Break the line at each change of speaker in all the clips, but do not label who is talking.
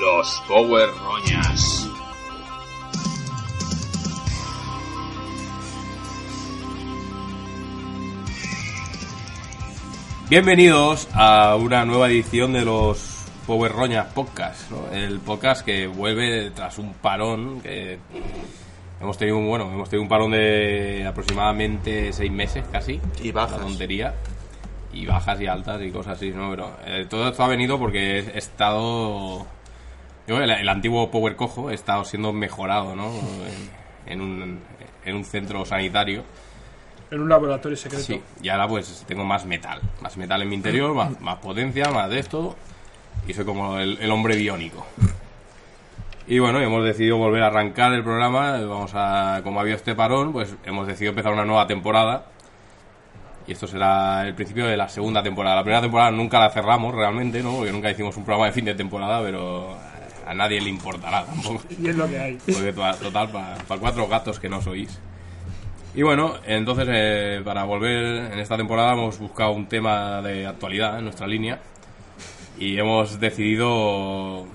Los Power Roñas.
Bienvenidos a una nueva edición de los Power Roñas Podcast, ¿no? el podcast que vuelve tras un parón que hemos tenido un bueno, hemos tenido un parón de aproximadamente seis meses casi,
Y bajas.
la tontería y bajas y altas y cosas así, no, pero eh, todo esto ha venido porque he estado yo, el, el antiguo Power Cojo he estado siendo mejorado, ¿no? En, en un, en un centro sanitario.
En un laboratorio secreto.
Sí, y ahora pues tengo más metal. Más metal en mi interior, más, más potencia, más de esto. Y soy como el, el hombre biónico. Y bueno, hemos decidido volver a arrancar el programa. Vamos a. Como ha habido este parón, pues hemos decidido empezar una nueva temporada. Y esto será el principio de la segunda temporada. La primera temporada nunca la cerramos realmente, ¿no? Porque nunca hicimos un programa de fin de temporada, pero a nadie le importará tampoco.
Y es lo que hay.
Porque to- total, para cuatro gatos que no sois. Y bueno, entonces eh, para volver en esta temporada hemos buscado un tema de actualidad en nuestra línea y hemos decidido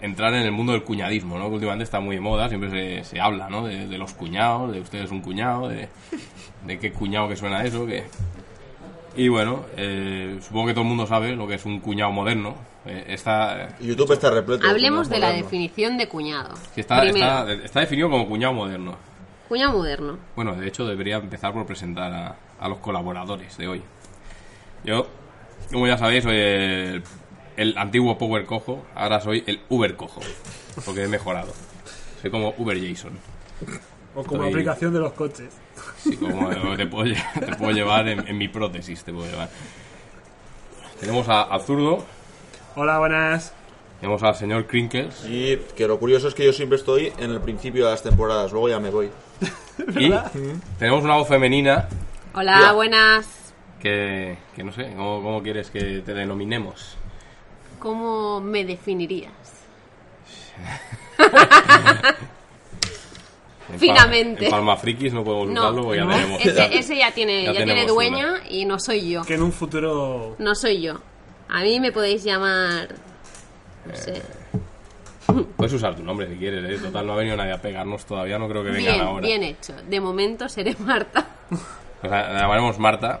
entrar en el mundo del cuñadismo, ¿no? que últimamente está muy de moda, siempre se, se habla ¿no? de, de los cuñados, de ustedes un cuñado, de, de qué cuñado que suena eso. Que... Y bueno, eh, supongo que todo el mundo sabe lo que es un cuñado moderno. Eh, está,
YouTube está repleto.
Hablemos de la
moderno.
definición de cuñado.
que está,
Primero,
está, está definido como cuñado moderno.
cuñado moderno.
Bueno, de hecho debería empezar por presentar a, a los colaboradores de hoy. Yo, como ya sabéis, soy el, el antiguo Power Cojo, ahora soy el Uber Cojo, porque he mejorado. Soy como Uber Jason.
O como
Estoy-
aplicación de los coches.
Sí, como te puedo, lle- te puedo llevar en, en mi prótesis, te puedo llevar. Tenemos a, a Zurdo,
Hola, buenas.
tenemos al señor Crinkles
Y que lo curioso es que yo siempre estoy en el principio de las temporadas, luego ya me voy.
y tenemos una voz femenina
Hola,
Ya.
buenas.
que, que no sé, ¿cómo, ¿cómo quieres que te denominemos?
¿Cómo me definirías?
En Pal-
Finamente.
En Palma Frikis no podemos
No,
usarlo porque
no.
ya tenemos.
Ese, ese ya tiene,
ya
ya tiene
tenemos
dueña y no soy yo.
Que en un futuro.
No soy yo. A mí me podéis llamar.
Eh,
No sé.
Puedes usar tu nombre si quieres, ¿eh? Total, no ha venido nadie a pegarnos todavía, no creo que vengan
Bien,
ahora.
bien hecho. De momento seré Marta.
Pues la la llamaremos Marta. a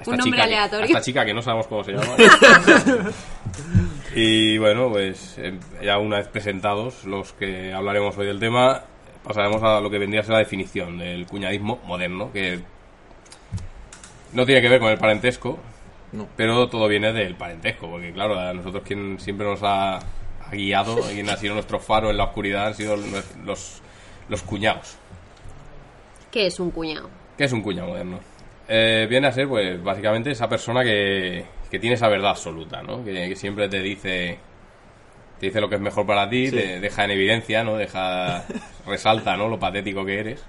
esta
Un nombre
chica que-
aleatorio.
a esta chica que no sabemos cómo se llama. y bueno, pues eh, ya una vez presentados los que hablaremos hoy del tema, pasaremos a lo que vendría a ser la definición del cuñadismo moderno, que no tiene que ver con el parentesco,
No.
pero todo viene del parentesco, porque claro, a nosotros quien siempre nos ha, ha guiado, quien ha sido nuestro faro en la oscuridad, han sido los- los, los cuñados.
¿Qué es un cuñado?
¿Qué es un cuñado moderno? Eh, viene a ser, pues, básicamente esa persona que, que tiene esa verdad absoluta, ¿no? Que, que siempre te dice te dice lo que es mejor para ti, te deja en evidencia, ¿no? Deja, resalta, ¿no? Lo patético que eres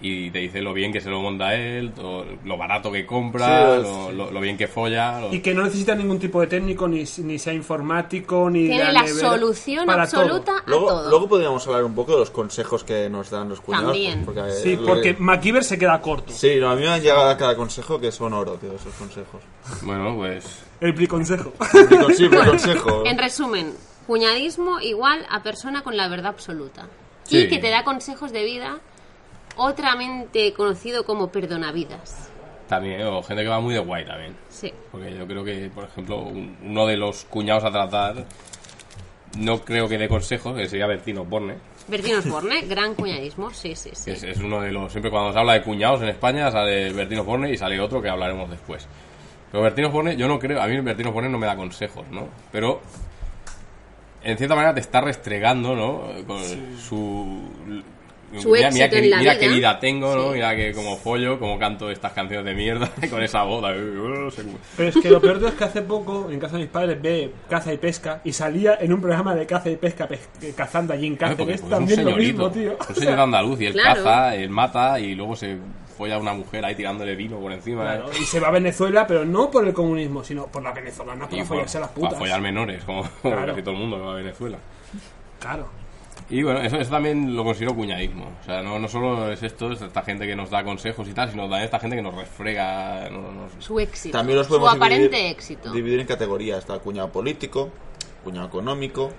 y te dice lo bien que se lo monta él, o lo barato que compra,
Sí,
lo, lo- lo bien que folla. lo-
Y que no necesita ningún tipo de técnico, ni, ni sea informático, ni.
Tiene
de
la
nevera-
solución
para
absoluta
todo.
a
Luego,
todo.
luego podríamos hablar un poco de los consejos que nos dan los cuñados.
También.
Porque, eh,
Sí,
lo
porque
que-
MacGyver se queda corto.
Sí, no, a mí me han llegado a cada consejo que son oro, tío, esos consejos.
Bueno, pues
El priconsejo.
Mi con- Sí, mi consejo.
En resumen, cuñadismo igual a persona con la verdad absoluta.
Sí.
Y que te da consejos de vida, otra mente conocido como perdonavidas.
también, o gente que va muy de guay también.
Sí.
Porque yo creo que, por ejemplo, un- uno de los cuñados a tratar, no creo que dé consejos, que sería Bertino Borne.
Bertino Osborne, gran cuñadismo, sí, sí, sí.
Es, es uno de los. Siempre cuando se habla de cuñados en España sale Bertino Forne y sale otro que hablaremos después. Pero Bertino Forne, yo no creo. A mí Bertino Forne no me da consejos, ¿no? Pero en cierta manera te está restregando, ¿no? Con su...
Su
mira, mira
éxito
qué-
en la
mira
vida.
qué vida tengo, ¿no?
Sí.
Mira que como follo, como canto estas canciones de mierda con esa boda. no sé cómo.
Pero es que lo peor de todo es que hace poco en casa de mis padres ve caza y pesca y salía en un programa de caza y pesca pes- eh, cazando allí en
Claro, porque,
Cáceres.
porque es un
también lo
señorito, Pues,
mismo, tío.
un señor andaluz y él
Claro.
caza, él mata y luego se folla a una mujer ahí tirándole vino por encima. ¿eh?
Claro, y se va a Venezuela, pero no por el comunismo, sino por las venezolanas,
Y
para follarse a las
para
putas.
follar menores, como, como
Claro.
casi todo el mundo que va a Venezuela.
Claro.
Y bueno, eso, eso también lo considero cuñadismo. O sea, no, no solo es esto, es esta gente que nos da consejos y tal, sino también esta gente que nos refrega. no- no-
Su éxito.
También los
su
podemos
aparente
dividir,
éxito.
dividir en categorías. Está cuñado político, cuñado económico.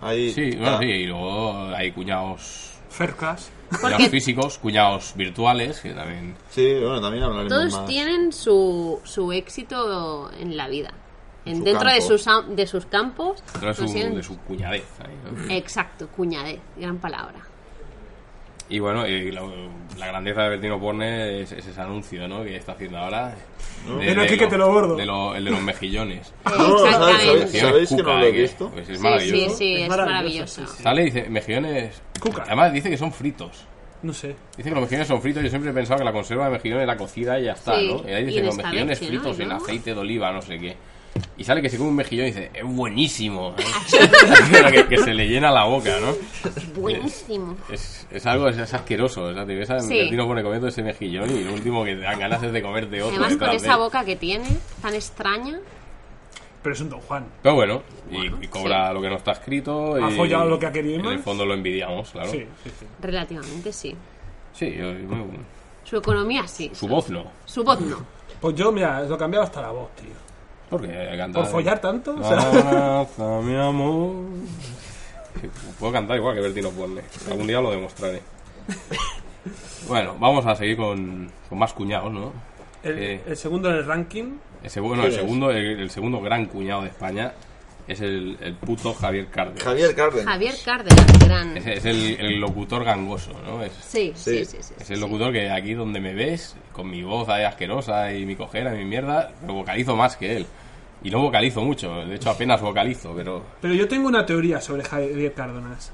Ahí
Sí,
está.
bueno, sí, y luego hay cuñados,
Cercas.
cuñados físicos, cuñados virtuales, que también.
Sí, bueno, también hablaremos
Todos
más.
tienen su, su éxito en la vida. En-
su
dentro de
campo.
sus, am- de sus campos.
dentro de
los
su,
tienen-
de su cuñadez. ahí, ¿no?
Exacto, cuñadez, gran palabra.
Y bueno, y la, la grandeza de Bertino Borne es, es ese anuncio ¿no? que está haciendo ahora. De-
Ven
de
aquí que te lo gordo.
de lo- el de los mejillones.
No, ¿sabes, sabes,
Exactamente.
sabéis que no lo he
Cuca, que-
visto?
pues es
Sí,
maravilloso.
sí, sí,
Es
es
maravilloso,
maravilloso.
sí,
Sale y dice, mejillones...
Cuca.
Además dice que son fritos.
No sé.
Dice que los mejillones son fritos. Yo siempre he pensado que la conserva de mejillones era cocida y ya está,
Sí,
¿no? Y ahí
y
dice
en
los mejillones
escabeche, ¿no?
fritos en
¿No?
aceite de oliva, no sé qué. Y sale que se come un mejillón y dice, es buenísimo. ¿eh?". que, que se le llena la boca, ¿no?
Buenísimo.
Es, es algo, es, es asqueroso. O sea, te ves a
Sí.
Bertino Borne comiendo ese mejillón y lo último que te dan ganas es de comerte otro.
Además, con
detrás de
esa
él.
boca que tiene, tan extraña.
Pero es un Don Juan.
Pero bueno, y, y cobra lo que no está escrito.
Ha
y
follado lo que ha querido y
En
más.
el fondo lo envidiamos, claro.
Sí, sí, sí.
Relativamente sí.
Sí, yo- yo- bueno,
Su economía sí.
su voz no.
Su voz no.
Pues yo, mira, lo cambiaba hasta la voz, tío.
Porque canta.
¿Por follar tanto? O sea,
Abraza, mi amor. Sí, Puedo cantar igual que Bertino Borne. Algún día lo demostraré. Bueno, vamos a seguir con, con más cuñados, ¿no?
el,
Eh,
el segundo en el ranking.
el seg- bueno, el segundo, el, el segundo gran cuñado de España es el, el puto Javier Cárdenas.
Javier Carden.
Javier Cárdenas,
Es,
gran.
es el, el locutor gangoso, ¿no? Es,
Sí,
Sí.
sí, sí. sí,
Es
sí,
el
sí.
locutor que aquí donde me ves, con mi voz ahí asquerosa y mi cojera y mi mierda, lo vocalizo más que él. Y no vocalizo mucho, de hecho apenas vocalizo, pero...
Pero yo tengo una teoría sobre Javier Cárdenas.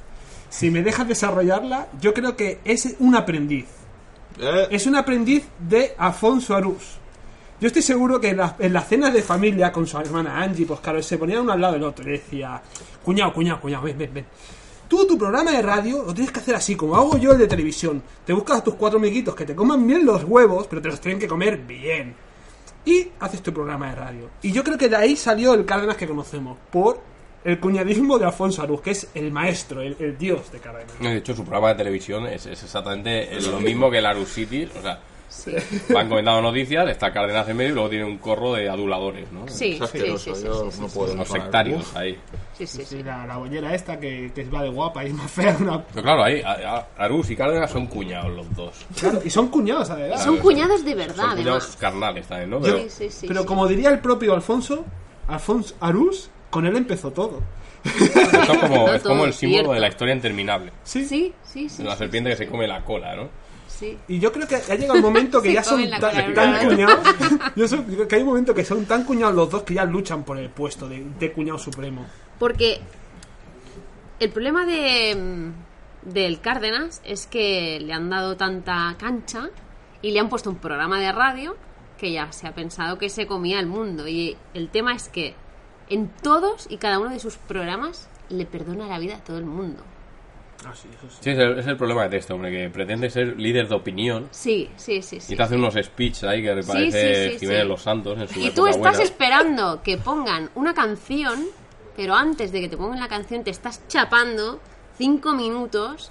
Si me dejas desarrollarla, yo creo que es un aprendiz.
Eh,
Es un aprendiz de Afonso Arús. Yo estoy seguro que en las, en las cenas de familia con su hermana Angie, pues claro, se ponían uno al lado del otro y le decía, cuñado, cuñado, cuñado, ven, ven, ven. Tú tu programa de radio lo tienes que hacer así, como hago yo el de televisión. Te buscas a tus cuatro amiguitos que te coman bien los huevos, pero te los tienen que comer bien. Y haces tu programa de radio. Y yo creo que de ahí salió el Cárdenas que conocemos, por el cuñadismo de Afonso Arús, que es el maestro, el, el dios de Cárdenas.
De hecho, su programa de televisión es, es exactamente lo mismo que el Arus City. O sea, van comentando noticias, está Cárdenas en medio y luego tiene un corro de aduladores, ¿no?
Sí,
es
sí, sí, sí,
asqueroso,
sí,
yo
sí,
no
sí,
puedo.
Los
con él.
sectarios
Uf,
ahí.
sí, sí, sí.
la, bollera esta que, que va de guapa y es más fea una
Pero claro, ahí a- a- Arús y Cárdenas son cuñados los dos.
Claro, y son cuñados, además.
Son cuñados de verdad,
Son cuñados
además.
carnales también, ¿no? Pero-
Sí, sí, sí.
Pero
sí.
como diría el propio Alfonso, Alfonso Arús, con él empezó todo.
son como,
No,
es como
todo
el
es
símbolo
cierto.
de la historia interminable.
Sí.
Sí, sí, sí.
La
sí,
serpiente que se come la cola, ¿no?
sí.
Y yo creo que ha llegado el momento que
Se
ya son
comen la
tan,
cola,
tan
¿verdad?
cuñados. Yo so- creo que hay un momento que son tan cuñados los dos que ya luchan por el puesto de, de cuñado supremo.
Porque el problema de mm, del Cárdenas es que le han dado tanta cancha y le han puesto un programa de radio que ya se ha pensado que se comía el mundo. Y el tema es que en todos y cada uno de sus programas le perdona la vida a todo el mundo.
Ah, sí, eso sí.
Sí, es el, es el problema que tiene este hombre, que pretende ser líder de opinión
Sí, sí, sí, sí.
y te hace unos speech ahí que
Sí,
parece
sí, sí,
Jiménez
sí.
Los Santos en su
Y
época
tú estás
Pues buena.
esperando que pongan una canción, pero antes de que te pongan la canción te estás chapando cinco minutos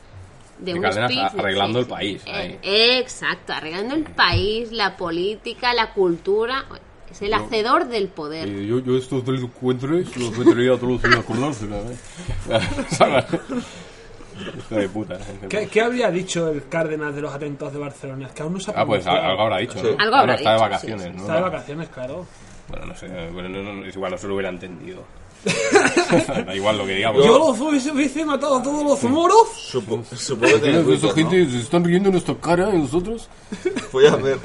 De
de un
Cárdenas
speech.
a- arreglando el país,
Eh, exacto, arreglando el país, la política, la cultura. Es el hacedor del poder.
yo, estos delincuentes los metería a todos en la cárcel, Hijo de puta. gente.
¿Qué, qué habría dicho el Cárdenas de los atentados de Barcelona? Es que aún no se ha
Ah, pues
pronunciado.
a- algo habrá dicho. ¿no?
Sí.
Algo
Ah, no,
habrá
está de
dicho,
vacaciones,
sí, sí,
¿no?
Está de vacaciones, claro.
Bueno, no sé, bueno, no, no, es igual no se lo hubiera entendido. da igual lo que digamos.
Yo los hubiese matado a todos los moros.
supo- Supongo que tiene Twitter, ¿no?
se están riendo en ¿eh? nuestra cara y nosotros.
Voy a ver.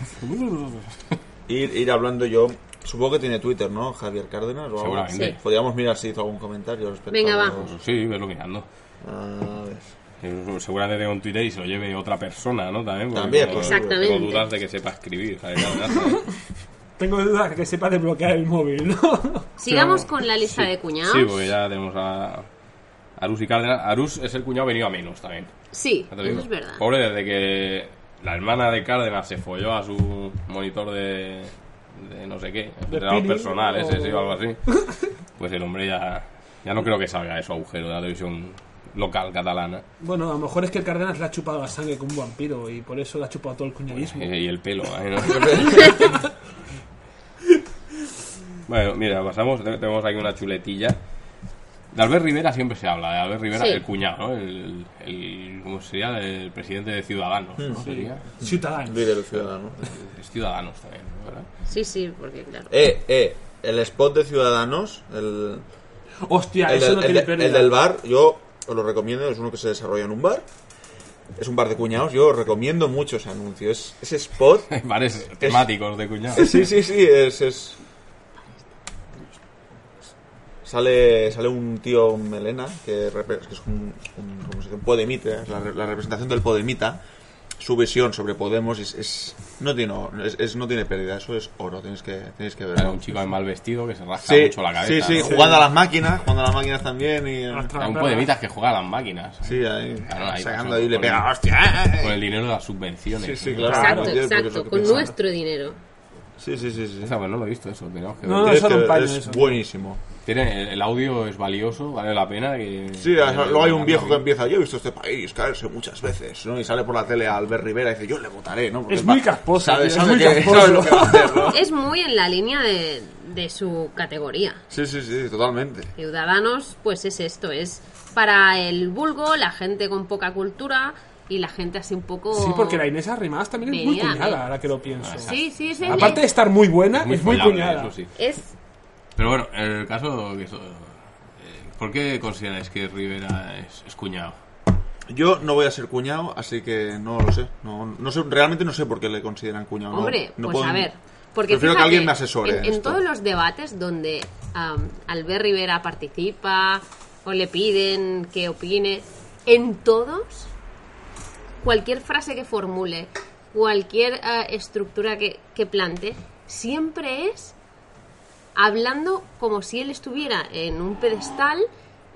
Ir, ir hablando yo Supongo que tiene Twitter, ¿no? Javier Cárdenas. o algo.
Seguramente. Sí.
Podríamos mirar si hizo algún comentario respecto
Venga,
a
va.
los-
Sí, verlo mirando.
A ver.
Que Seguramente tenga un Twitter y se lo lleve otra persona, ¿no? También. porque
También,
tengo-
pues,
Exactamente.
Tengo dudas de que sepa escribir. Javier Cárdenas, ¿sabes?
Tengo dudas que sepa desbloquear el móvil, ¿no?
Sigamos
Pero-
con la lista
sí.
de cuñados.
Sí, porque ya tenemos a Arus y Cárdenas. Arus es el cuñado venido a menos también.
Sí,
Ya te digo.
eso es verdad.
Pobre, desde que la hermana de Cárdenas se folló a su monitor de, de no sé qué, entrenador
spinning
personal, ese
o-
sí, o algo así, pues el hombre ya, ya no creo que salga de su agujero de la televisión local catalana.
Bueno, a lo mejor es que el Cárdenas le ha chupado la sangre con un vampiro y por eso le ha chupado todo el cuñadismo.
Eh, Y el pelo. ¿eh? ¿No? bueno, mira, pasamos. te- Tenemos aquí una chuletilla. De Albert Rivera siempre se habla. De Albert Rivera,
Sí.
el cuñado, ¿no? El, el- ¿Cómo sería? El presidente de Ciudadanos, ¿no?
Mm,
Sería.
Ciudadano.
Líder del ciudadano.
Es Ciudadanos también, ¿no? ¿verdad?
Sí, sí, porque claro.
Eh, eh. El spot de Ciudadanos, el,
Hostia,
el,
Ah, eso
del-
no
el
tiene
de-
pérdida.
el del bar, yo os lo recomiendo, es uno que se desarrolla en un bar. Es un bar de cuñados, yo os recomiendo mucho ese anuncio. Es, ese spot.
Hay Bares temáticos de cuñado.
Sí, sí, sí, es. es- Sale, sale un tío melena que, repre- que es un, un- ¿cómo se dice? un podemita, es la, re- la representación del podemita. Su visión sobre Podemos es, es- no tiene es- es- no tiene pérdida, eso es oro, tienes que tienes que
Era
verlo.
un chico mal vestido que se rasca
Sí,
mucho la cabeza.
sí, sí,
¿no?
jugando a las máquinas, jugando a las máquinas también y eh,
Arrastra-
Aún puede evitar que juega a las máquinas.
sí, ahí,
Claro, ahí
sacando
pasó
ahí le
con
pega,
el-
hostia. eh,
Con el dinero de las subvenciones.
Sí, sí,
¿no?
claro.
Exacto,
no, yo creo que es lo
exacto,
que
con
pensaba.
nuestro dinero.
Sí, sí, sí, sí.
Esa, pues no lo he visto eso, tenemos que
No,
ver.
no,
Tienes
solo
que
un paño
ver, eh. es
eso.
buenísimo.
Tiene, el- el audio es valioso, vale la pena. Que,
Sí, luego hay un viejo que empieza, yo he visto este país caerse muchas veces, ¿no? Y sale por la tele a Albert Rivera y dice, yo le votaré, ¿no? Porque
Es
va-
muy casposo,
sabe-
tío, es
sabe
muy
que-
casposo.
sabe lo que va a hacer, ¿no?
Es muy en la línea de, de su categoría.
Sí, sí, sí, totalmente.
Ciudadanos, pues es esto, es para el vulgo, la gente con poca cultura y la gente así un poco...
Sí, porque la Inés Arrimadas también es muy
Venía,
cuñada,
eh.
ahora que lo pienso.
Sí, sí, sí.
Aparte de estar muy buena, es muy
follable,
cuñada.
eso sí.
Es...
Pero bueno, el caso. Que eso, eh, ¿Por qué consideráis que Rivera es, es cuñado?
Yo no voy a ser cuñado, así que no lo sé. No, no sé realmente no sé por qué le consideran cuñado. ¿no?
Hombre,
No
pues
puedo-
a ver. Porque
prefiero que
fíjate,
alguien me asesore.
En,
en
en
esto.
todos los debates donde am, Albert Rivera participa o le piden que opine, en todos, cualquier frase que formule, cualquier ah, estructura que, que plante, siempre es hablando como si él estuviera en un pedestal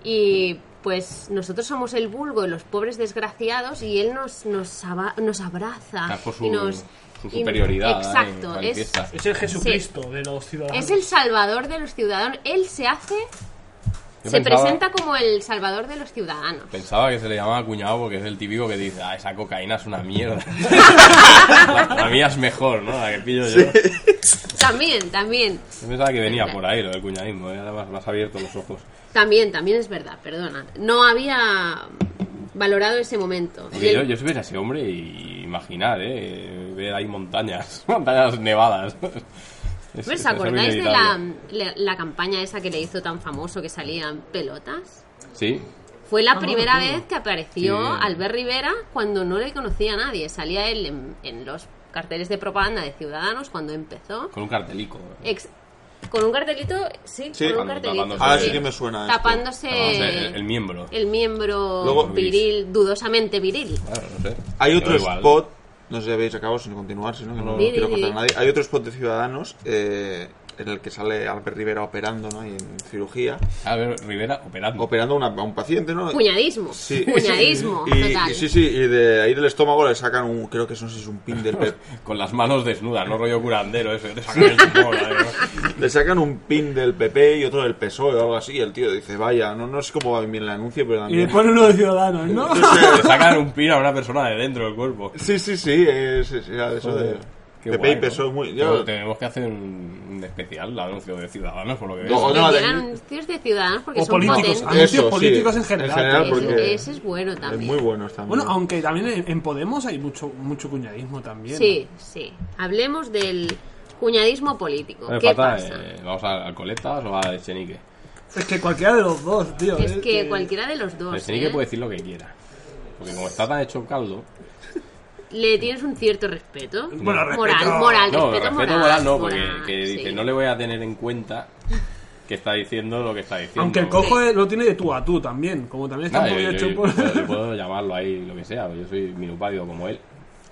y pues nosotros somos el vulgo, los pobres desgraciados y él nos nos, aba- nos abraza
Ah, por su-
y nos
su
y-
superioridad,
exacto,
eh,
es,
manifiesta.
Es el Jesucristo de los ciudadanos.
es el salvador de los ciudadanos. Él se hace
Yo
se
pensaba-
presenta como el salvador de los ciudadanos.
Pensaba que se le llamaba cuñado porque es el típico que dice, ah, esa cocaína es una mierda. la, la mía es mejor, ¿no? La que pillo yo. Yo
También, también,
pensaba que venía por ahí lo del cuñadismo, ¿eh? ahora más, más abierto los ojos.
también, también es verdad, perdona. No había valorado ese momento. Y
Porque
él-
yo, yo si fuera ese hombre, y imaginar, ¿eh? Ver ahí montañas, montañas nevadas. Es-
¿Os
es- es
acordáis de la,
inevitable.
la- la campaña esa que le hizo tan famoso que salían pelotas?
Sí,
Fue la
Ah, no lo
primera
recuerdo.
vez que apareció
Sí.
Albert Rivera cuando no le conocía a nadie. Salía él en, en los carteles de propaganda de Ciudadanos cuando empezó.
con un cartelico.
Ex- con un cartelito, sí,
Sí.
con un
Tapando-
cartelito.
tapándose-
Ahora Ah, sí
Sí.
que me suena. esto. Ah,
Tapándose
Tapándose el, el
el,
miembro.
miembro
Luego-
viril, dudosamente viril.
Claro, no sé.
Hay
Pero
otro
igual.
spot, no sé si habéis acabado sin continuar, sino que no
Di, di,
quiero
di.
contar a nadie. Hay otro spot de Ciudadanos eh, en el que sale Albert Rivera operando, ¿no? Y en cirugía,
A ver, Rivera operando.
operando a una- a un paciente, ¿no?
Puñadismo.
Ah, Sí.
Puñadismo,
Y,
total.
y sí, sí, y de ahí del estómago le sacan un, creo que eso no sé si es un pin del pep-
Con las manos desnudas, no rollo curandero ese. que Te sacan el tumor, ahí, ¿no?
le sacan un pin del PP y otro del PSOE o algo así, y el tío dice, vaya, no, no sé cómo va a venir el anuncio, pero
Y le
también...
pone uno de ciudadanos, ¿no?
Te sacan un pin a una persona de dentro del cuerpo.
Sí, sí, sí, es, es- era de eso de...
Qué
PP y
guay, ¿no?
PSOE E muy... ya-
Pero Tenemos que hacer un, un especial el anuncio de Ciudadanos, por lo que veo.
No,
Que
no, de-
llegan anuncios de Ciudadanos porque
O
son
políticos,
potentes.
anuncios
Eso, sí,
políticos en
en
general.
general,
también.
Ah, porque-
Ese, ¿eh? ese es bueno
Es
también.
muy bueno también.
Bueno, aunque también en en Podemos hay mucho, mucho cuñadismo también.
Sí, sí. Hablemos del cuñadismo político.
Me
¿Qué
falta,
pasa?
eh, ¿Vamos a, a Coletas o a Echenique?
Es que cualquiera de los dos, tío.
Es
eh,
que cualquiera de los dos.
Echenique
¿eh?
puede decir lo que quiera. Porque como está tan hecho caldo,
le tienes un cierto respeto.
Bueno, respeto.
Moral, moral,
No,
respeto,
respeto moral,
moral,
no, porque
moral,
que
sí.
dice, no le voy a tener en cuenta que está diciendo lo que está diciendo.
Aunque el cojo es- lo tiene de tú a tú también, como también está
Nada,
un
yo-
poquito
yo-
hecho pues. por...
yo puedo, yo puedo llamarlo ahí lo que sea, pues yo soy minupádido como él.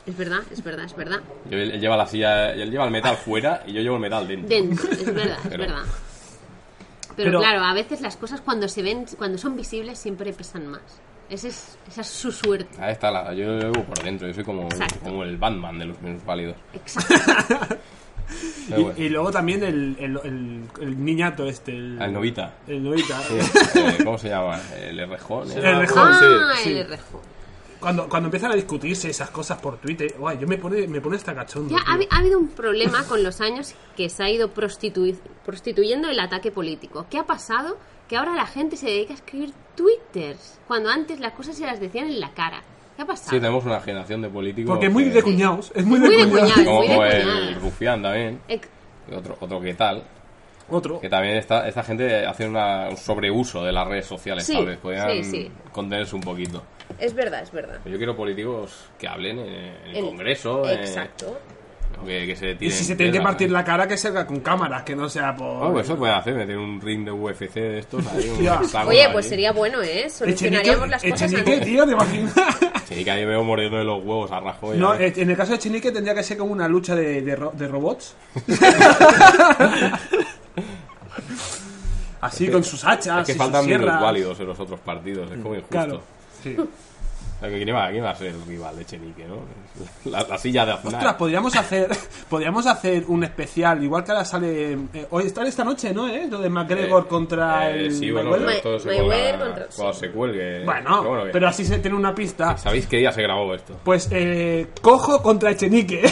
Es verdad, es verdad, es verdad.
Yo- él lleva la silla, él lleva el metal fuera y yo llevo el metal dentro.
Dentro, es verdad, es
Pero-
verdad. Pero,
Pero-
claro, a veces las cosas cuando se ven, cuando son visibles, siempre pesan más. Ese es, esa es su suerte.
Ahí está, la, yo llevo por dentro, yo soy como,
Exacto.
como el Batman de los minupálidos.
Exacto.
Pero bueno.
Y, y luego también el, el, el- el niñato este, el...
Al Ah, novita.
El novita.
Eh, ¿Cómo se llama? El rejón. eh.
El rejón.
ah,
sí.
el errejo.
Cuando, cuando empiezan a discutirse esas cosas por Twitter, guay, yo me pone, me pone hasta cachondo.
Ya ha,
tío.
ha habido un problema con los años que se ha ido prostitui- prostituyendo el ataque político. ¿Qué ha pasado? Que ahora la gente se dedica a escribir twitters, cuando antes las cosas se las decían en la cara. ¿Qué ha pasado?
Sí, tenemos una generación de políticos.
Porque es muy de
que-
cuñados, es muy de
Muy de
cuñados.
cuñados. ¿eh?
Como,
muy de
como el
cuñadas.
rufián también.
Ex-
Otro, otro que tal.
Otro.
Que también está, esta gente hace una- un sobreuso de las redes sociales,
Sí,
¿sabes? Podrían
sí, sí.
contenerse un poquito.
es verdad, es verdad.
Pues Yo quiero políticos que hablen en, en el
En-
Congreso. eh,
Exacto.
o que, que se
Y
tiren
si se tiene que
piedras,
partir
eh.
la cara, que salga con cámaras, que no sea por...
Oh, pues eso pueden hacer, meter un ring de UFC de estos. ahí, un
Hostia.
hexágono
Oye, pues
ahí.
sería bueno, ¿eh? Solucionaríamos las
Echenique,
cosas
Echenique,
antes.
tío, ¿te imaginas?
Sí, que ahí veo mordiendo de los huevos a Rajoy.
No,
¿eh?
eh, en el caso de Chenique tendría que ser como una lucha de, de ro- de robots. Así, con sus hachas.
es que
y
faltan
sus sierras.
minutos válidos en los otros partidos, es como injusto.
Mm, Claro. Sí.
O sea, que ¿Quién va, quién va a ser el rival de Chenique, no? La, la silla de Aznar.
Ostras, pues podríamos hacer, podríamos hacer un especial, igual que ahora sale. eh, hoy está esta noche, ¿no? ¿Eh? Lo de McGregor
Eh,
contra
eh,
el.
Sí, bueno,
Mayweather.
pero esto se
Mayweather
cuelga
contra- sí.
cuando se cuelgue.
Bueno,
que-
pero así se tiene una pista.
¿Sabéis qué día se grabó esto?
Pues eh, cojo contra Chenique.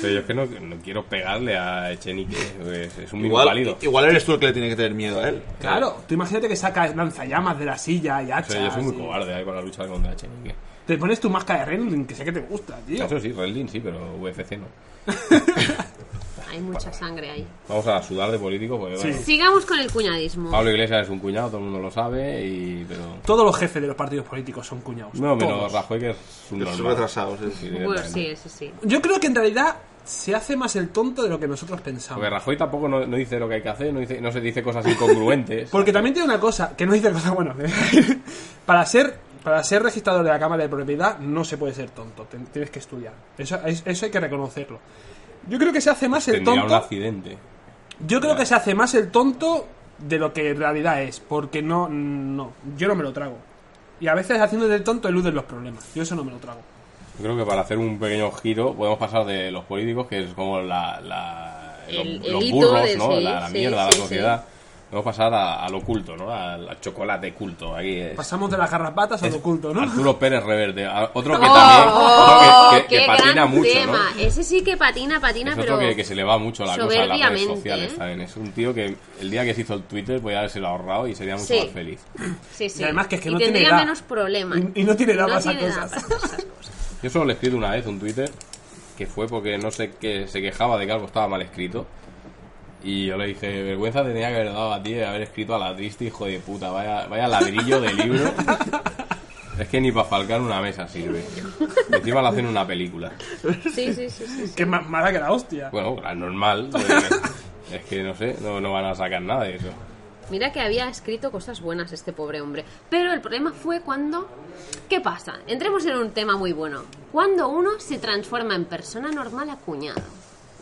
Pero yo es que no, no quiero pegarle a Echenique, es, es un minuto
Igual,
válido.
igual eres tú el que le tiene que tener miedo a él.
claro, tú imagínate que sacas lanzallamas de la silla y
O
hachas.
sea, yo soy muy
y-
cobarde ahí para luchar contra Echenique.
Te pones tu máscara de Rendling, que sé que te gusta, tío.
Eso sí, Redlin sí, pero UFC no.
Hay mucha sangre ahí.
Vamos a sudar de políticos porque,
Sí.
bueno,
Sigamos con el cuñadismo.
Pablo Iglesias es un cuñado, todo el mundo lo sabe, y, pero...
Todos los jefes de los partidos políticos son cuñados.
No, menos
todos.
Rajoy, que es un
Esos
normal.
retrasados, sí.
Sí,
Bueno, sí,
directamente.
eso sí.
Yo creo que en realidad se hace más el tonto de lo que nosotros pensamos.
Porque Rajoy tampoco no, no dice lo que hay que hacer, no, dice, no se dice cosas incongruentes.
Porque también tiene una cosa, que no dice cosa buena. para ser para ser registrador de la Cámara de Propiedad no se puede ser tonto, ten- tienes que estudiar. Eso, es- eso hay que reconocerlo. Yo creo que se hace más el
Tendría un
tonto.
accidente.
Yo creo que se hace más el tonto de lo que en realidad es, porque no no, yo no me lo trago. Y a veces haciendo el tonto eluden los problemas. Yo eso no me lo trago.
Yo creo que para hacer un pequeño giro podemos pasar de los políticos, que es como la, la-
El-
los,
el
los
hito
burros,
de-
¿no?
sí,
la, la
sí,
mierda, la
sí,
sociedad. Podemos pasar a- al oculto, ¿no? Al, al chocolate culto. Aquí eh, es.
Pasamos de las garrapatas al oculto, ¿no?
Arturo Pérez Reverte, a- otro que también
¡Oh!
otro que, que- que
¡Qué
patina
gran
mucho,
tema!
¿no?
Ese sí que patina, patina,
Es
pero...
otro que, que se le va mucho la cosa a las redes
soberbiamente,
sociales
¿eh?
también. Es un tío que el día que se hizo el Twitter podía haberse lo ahorrado y sería mucho
Sí.
más feliz.
Sí, sí.
Y además que es que no tiene
tendría
edad.
menos problemas.
Y- y no tiene edad para esas
tiene edad
cosas.
para esas cosas.
Yo solo le escribí una vez un Twitter que fue porque no sé qué se quejaba de que algo estaba mal escrito. Y yo le dije, vergüenza te tenía que haber dado a ti de haber escrito a la triste hijo de puta, vaya, vaya ladrillo de libro. Es que ni para falcar una mesa sirve. Encima la hacen una película.
Sí, sí, sí, sí.
Que es más mala que la hostia.
Bueno, la normal. porque Es que no sé, no, no van a sacar nada de eso.
Mira que había escrito cosas buenas este pobre hombre. Pero el problema fue cuando... ¿Qué pasa? Entremos en un tema muy bueno. Cuando uno se transforma en persona normal a cuñado.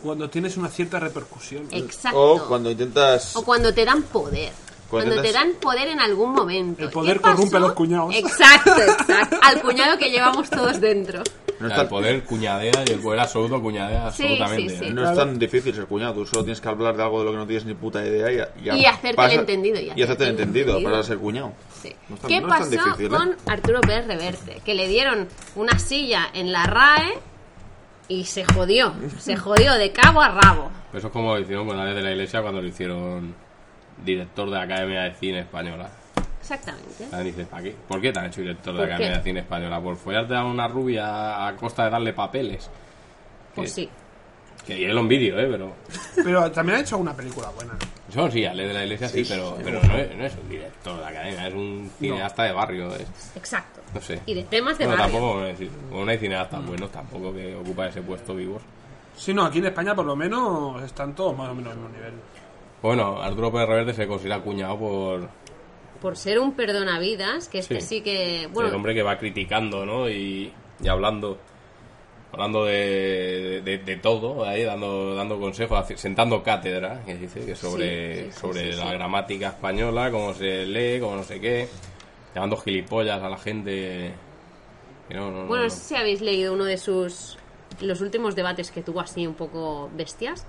Cuando tienes una cierta repercusión.
Exacto.
O cuando intentas.
O cuando te dan poder.
Cuando
Cuando
te
te
das-
dan poder en algún momento.
El poder
¿Qué pasó?
corrompe a los cuñados.
Exacto, exacto. Al cuñado que llevamos todos dentro.
No es,
el
tan,
poder cuñadea y el poder absoluto cuñadea
Sí,
absolutamente.
sí, sí.
no es tan difícil ser cuñado. Tú solo tienes que hablar de algo de lo que no tienes ni puta idea y,
Y hacerte el
pasa-
entendido,
Y,
y hacerte
hacerte el
el
entendido
entendido.
para ser cuñado.
Sí.
No es tan-
¿Qué
no es
pasó
tan difícil, ¿eh?
con Arturo Pérez Reverte? Que le dieron una silla en la RAE y se jodió. Se jodió de cabo a rabo.
Eso es como lo hicieron con la ley de la iglesia cuando lo hicieron director de la Academia de Cine Española.
Exactamente.
Ahora dices, ¿para qué? ¿Por qué te han hecho director de la
¿Por
Academia
qué?
de Cine Española? Por follarte a una rubia a costa de darle papeles.
Pues sí.
Que yo lo envidio, ¿eh? Pero
Pero también ha hecho una película buena.
Eso sí, Ale de la Iglesia sí,
Sí,
pero,
sí,
pero
bueno.
no, es, no es un director de la academia, es un cineasta de barrio. es-
Exacto.
no sé.
Y de temas de
Bueno,
barrio.
tampoco, es decir, no hay cineastas buenos tampoco que ocupa ese puesto vivos.
Sí, no, aquí en España por lo menos están todos más o menos al mismo nivel.
Bueno, Arturo Pérez Reverte se considera cuñado por
Por ser un perdonavidas, que este
Sí.
sí que. Bueno,
el hombre que va criticando, ¿no? Y, y hablando hablando de, de, de todo, ahí dando dando consejos, haci- sentando cátedra, que dice que sobre,
Sí, sí, sí,
sobre
sí,
la
sí.
gramática española, cómo se lee, cómo no sé qué, llamando gilipollas a la gente. que no, no, no,
Bueno,
no.
no sé si habéis leído uno de sus. Los últimos debates que tuvo así un poco bestias.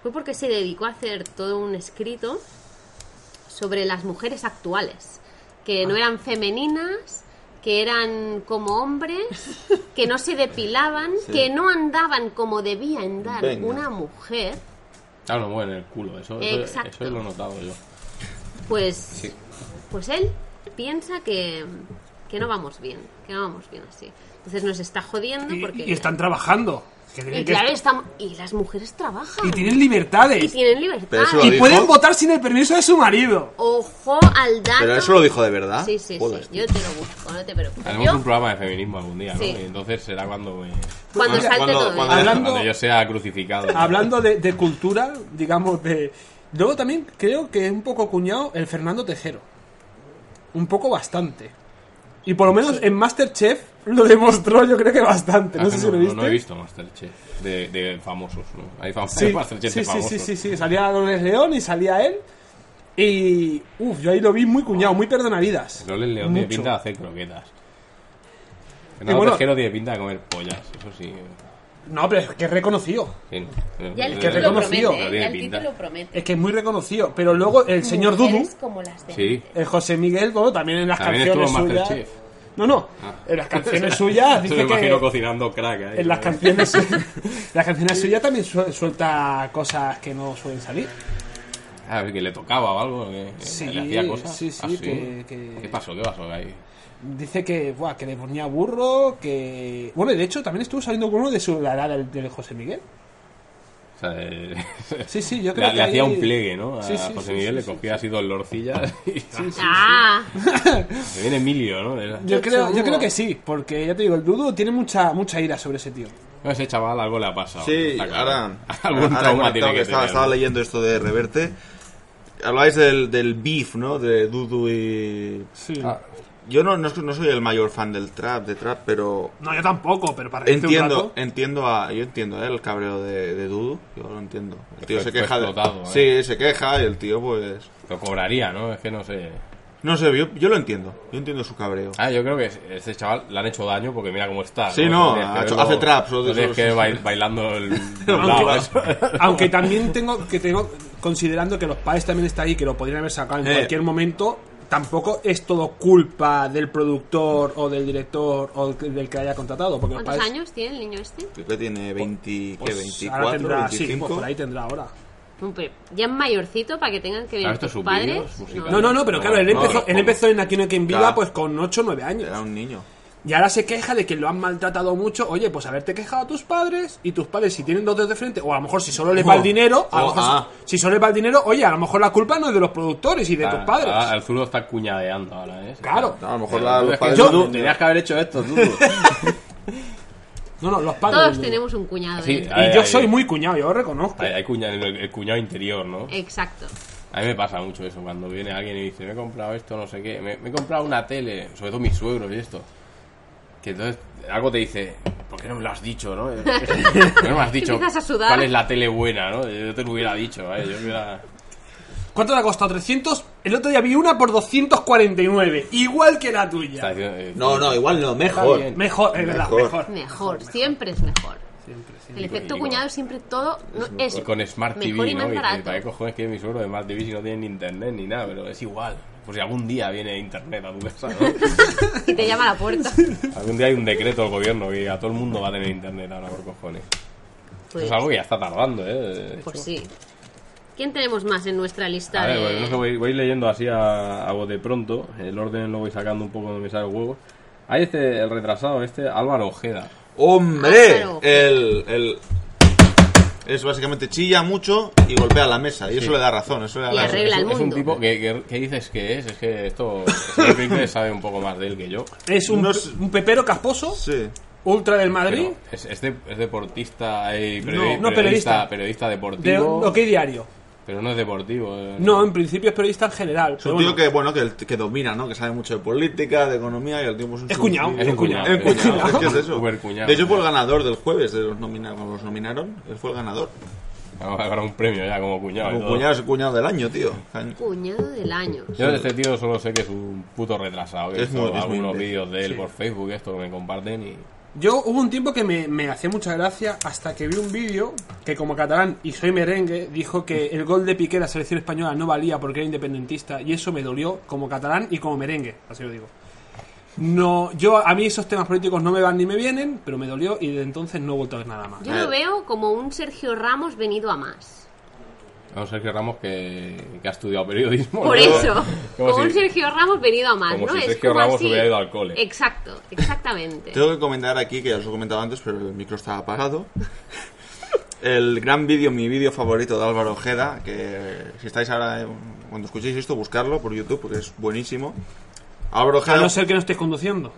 Fue porque se dedicó a hacer todo un escrito sobre las mujeres actuales. Que
Ah.
no eran femeninas, que eran como hombres, que no se depilaban, que no andaban como debía andar
Venga.
una mujer.
Claro, no mueven el culo, eso, eso,
Exacto.
eso lo he notado yo.
Pues,
Sí.
pues él piensa que, que no vamos bien, que no vamos bien así. Entonces nos está jodiendo
Y,
porque...
y están trabajando. que tienen
Y
que-
claro, estamos... Y las mujeres trabajan.
y tienen libertades.
Y tienen libertad.
Pero eso lo
Y
dijo.
pueden votar sin el permiso de su marido.
Ojo al dato.
Pero eso lo dijo de verdad.
Ah, Sí, sí,
Joder.
sí. Yo te lo busco, no te preocupes.
Haremos
Yo,
un programa de feminismo algún día, ¿no?
Sí.
Y entonces será cuando, me-
cuando
Mira,
salte
cuando-
todo
cuando-
esto.
Hablando-
cuando yo sea crucificado.
Hablando de, de cultura, digamos, de. Luego también creo que es un poco cuñado el Fernando Tejero. Un poco bastante. Y por lo menos en Masterchef lo demostró, yo creo que bastante.
Ah,
No sé
que
si lo viste.
No, he visto Masterchef de, de famosos, ¿no? Hay fam-
Sí,
Masterchef
sí,
de
sí,
famosos.
sí, sí, sí. Salía Dolores León y salía él. Y. Uf, yo ahí lo vi muy cuñado, muy perdonavidas.
Pero el León tiene
Mucho.
pinta de hacer croquetas.
Y
Fernando
bueno-
Tejero tiene pinta de comer pollas, eso sí.
No, pero es que es reconocido.
sí, no.
Ya el
Eh,
Que
título promete,
reconocido.
¿eh?
Pero
Ya
tiene
el
pinta.
título promete.
Es que es muy reconocido. Pero luego el señor Dudu.
Mujeres como las de
Sí.
El José Miguel, bueno, también en las
También
canciones
estuvo en
suyas.
Masterchef.
No, no.
Ah.
En las canciones suyas
Se lo
Ah, dice
imagino
que.
cocinando crack ahí.
En las canciones, en las canciones suyas también su- suelta cosas que no suelen salir.
Ah, que le tocaba o algo, que que
Sí,
le hacía cosas.
sí, sí,
Ah,
que- que-
¿Qué pasó? ¿Qué pasó ahí?
Dice que, buah, que le ponía burro, que. Bueno, y de hecho también estuvo saliendo con uno de su la edad del, del José Miguel.
O sea, eh,
Sí, sí, yo
le-
creo
le,
que ahí-
hacía un pliegue, ¿no? A
Sí, sí,
José
sí,
Miguel
sí,
le
sí,
cogía así dos lorcillas y
Ah,
se viene Emilio, ¿no? Era-
Yo
Qué
creo, yo
chungo.
creo que sí, porque ya te digo, el Dudu tiene mucha, mucha ira sobre ese tío.
No, ese chaval algo le ha pasado.
Sí,
Está claro.
ahora,
Algún
ahora
trauma
conectado,
tiene que
que estaba,
tener,
estaba
¿no?
leyendo esto de Reverte. Habláis del, del beef, ¿no? De Dudu y...
Sí.
Ah,
Yo no, no, no soy el mayor fan del trap, de trap, pero
No, yo tampoco, pero para reírte un
entiendo,
rato.
entiendo a, yo entiendo ¿eh? el cabreo de, de Dudu, yo lo entiendo. El tío
Fue-
se
fue
queja, de-
explotado, ¿eh?
sí, se queja y el tío pues,
Lo cobraría, ¿no? Es que no sé.
no sé, yo, yo lo entiendo, yo entiendo su cabreo.
Ah, yo creo que este chaval le han hecho daño porque mira cómo está.
Sí, no,
Tienes que
ha hecho-
verlo-
hace traps, o de
tienes
esos-
que bail- bailando el.
Aunque,
lado, eso.
aunque también tengo que tengo considerando que los padres también está ahí que lo podrían haber sacado en
Eh.
cualquier momento tampoco es todo culpa del productor o del director o del que haya contratado porque los
¿cuántos
padres
años tiene el niño este?
Pepe tiene 20,
pues,
¿qué, 24,
ahora tendrá, sí,
25.
pues por ahí tendrá ahora
Hombre, Ya es mayorcito para que tengan que
¿Has
venir
visto
tus
sus
padres.
vídeos musicales?
no no no pero claro él
No, no,
empezó
no,
él
no.
empezó en Aquí no hay quien viva
Claro.
pues con 8 o 9 años
Era un niño.
y ahora se queja de que lo han maltratado mucho oye pues haberte quejado a tus padres y tus padres si tienen dos dedos de frente o a lo mejor si solo les va el
Oh.
dinero a lo
Oh,
mejor si-
ah.
si solo les va el dinero oye a lo mejor la culpa no es de los productores y de tus
Ah,
padres
ah, el zurdo está cuñadeando ahora, ¿eh?
Claro.
No, a lo mejor la- los
Es que
padres
yo-
de Dudu-
Tenías que haber hecho esto, tú.
No, no, los padres.
Todos
del-
tenemos un cuñado. ¿eh?
Sí,
dentro.
ah. Ay,
Y yo
ay,
soy
ay.
muy cuñado, yo lo reconozco.
Hay, hay cuña- el, el cuñado interior, ¿no?
Exacto.
A mí me pasa mucho eso, cuando viene alguien y dice, me he comprado esto, no sé qué, me, me he comprado una tele, sobre todo mis suegros y esto. Que entonces algo te dice, ¿por qué no me lo has dicho, no? ¿Por qué no me has dicho
Empiezas a sudar.
cuál es la tele buena, no? Yo te lo hubiera dicho, ¿vale? Yo hubiera...
¿Cuánto te ha costado? 300. El otro día vi una por 249. Igual que la
Está
tuya.
diciendo, eh,
No, no, igual no, mejor.
bien.
Mejor, es verdad,
Mejor.
mejor.
Mejor, siempre es mejor.
Siempre, siempre.
El efecto
Y con-
cuñado siempre todo no, es
Y con Smart TV,
mejor y
¿no?
más
Y dice,
barato.
¿para qué cojones quiere mi suegro de Smart TV si no tiene ni internet ni nada? Pero es igual. Por si algún día viene internet a tu casa, ¿no?
Y te llama a la puerta. Pues,
algún día hay un decreto del gobierno que diga, todo el mundo va a tener internet ahora, por cojones. Eso
Pues,
es algo que ya está tardando, ¿eh? De
pues
hecho.
sí. ¿Quién tenemos más en nuestra lista
A ver,
de
bueno, no sé, voy, voy leyendo así a, a voz de pronto. El orden lo voy sacando un poco donde me sale el huevo. Hay este, el retrasado este, Álvaro Ojeda.
¡Hombre!
Álvaro.
El, el, es básicamente chilla mucho y golpea la mesa. Y eso le da razón. Eso le da
Y
la
Es un-
arregla el
es un
mundo.
tipo que, que- que dices que es, es que esto Steve Pinker sabe un poco más de él que yo.
Es un,
No es-
un pepero casposo,
Sí.
ultra del
Pero
Madrid,
es, es de- es deportista, eh, periodi-
No, no, periodista.
periodista, periodista
de
deportivo,
OK Diario.
pero no es deportivo. eh.
No, em- en principio es periodista en general.
Es
pero
un tío
bueno,
que, bueno, que, el- que domina, ¿no? Que sabe mucho de política, de economía y el tipo es un...
Es cuñado.
es un cuñado.
Es cuñado, es que es eso.
Súper cuñado.
De hecho fue el ganador del jueves, de los nomina- cuando los nominaron, él fue el ganador.
Habrá un premio ya como cuñado. y
Como
todo.
cuñado es cuñado del año, tío.
Cuñado del año.
Yo de este tío solo sé que es un puto retrasado. Que
Es muy-
he visto
es muy
algunos
imbécil.
vídeos de él
Sí.
por Facebook, esto que me comparten y.
Yo hubo un tiempo que me, me hacía mucha gracia hasta que vi un vídeo que como catalán y soy merengue dijo que el gol de Piqué a la selección española no valía porque era independentista y eso me dolió como catalán y como merengue, así lo digo. No, yo a mí esos temas políticos no me van ni me vienen, pero me dolió y de entonces no he vuelto a ver nada más.
Yo lo veo como un Sergio Ramos venido a más.
A un Sergio Ramos que, que ha estudiado periodismo.
Por
¿no?
eso,
Como
como un
si-
Sergio Ramos venido a más,
como
¿no?
si
Es
Sergio
como
Ramos
así.
hubiera ido al cole.
Exacto, exactamente.
Tengo que comentar aquí, que ya os lo he comentado antes, pero el micro estaba apagado. El gran vídeo, mi vídeo favorito de Álvaro Ojeda, que si estáis ahora, en- cuando escuchéis esto, buscarlo por YouTube, porque es buenísimo. Álvaro
A
Ojeda,
Ah, no ser que no estés conduciendo.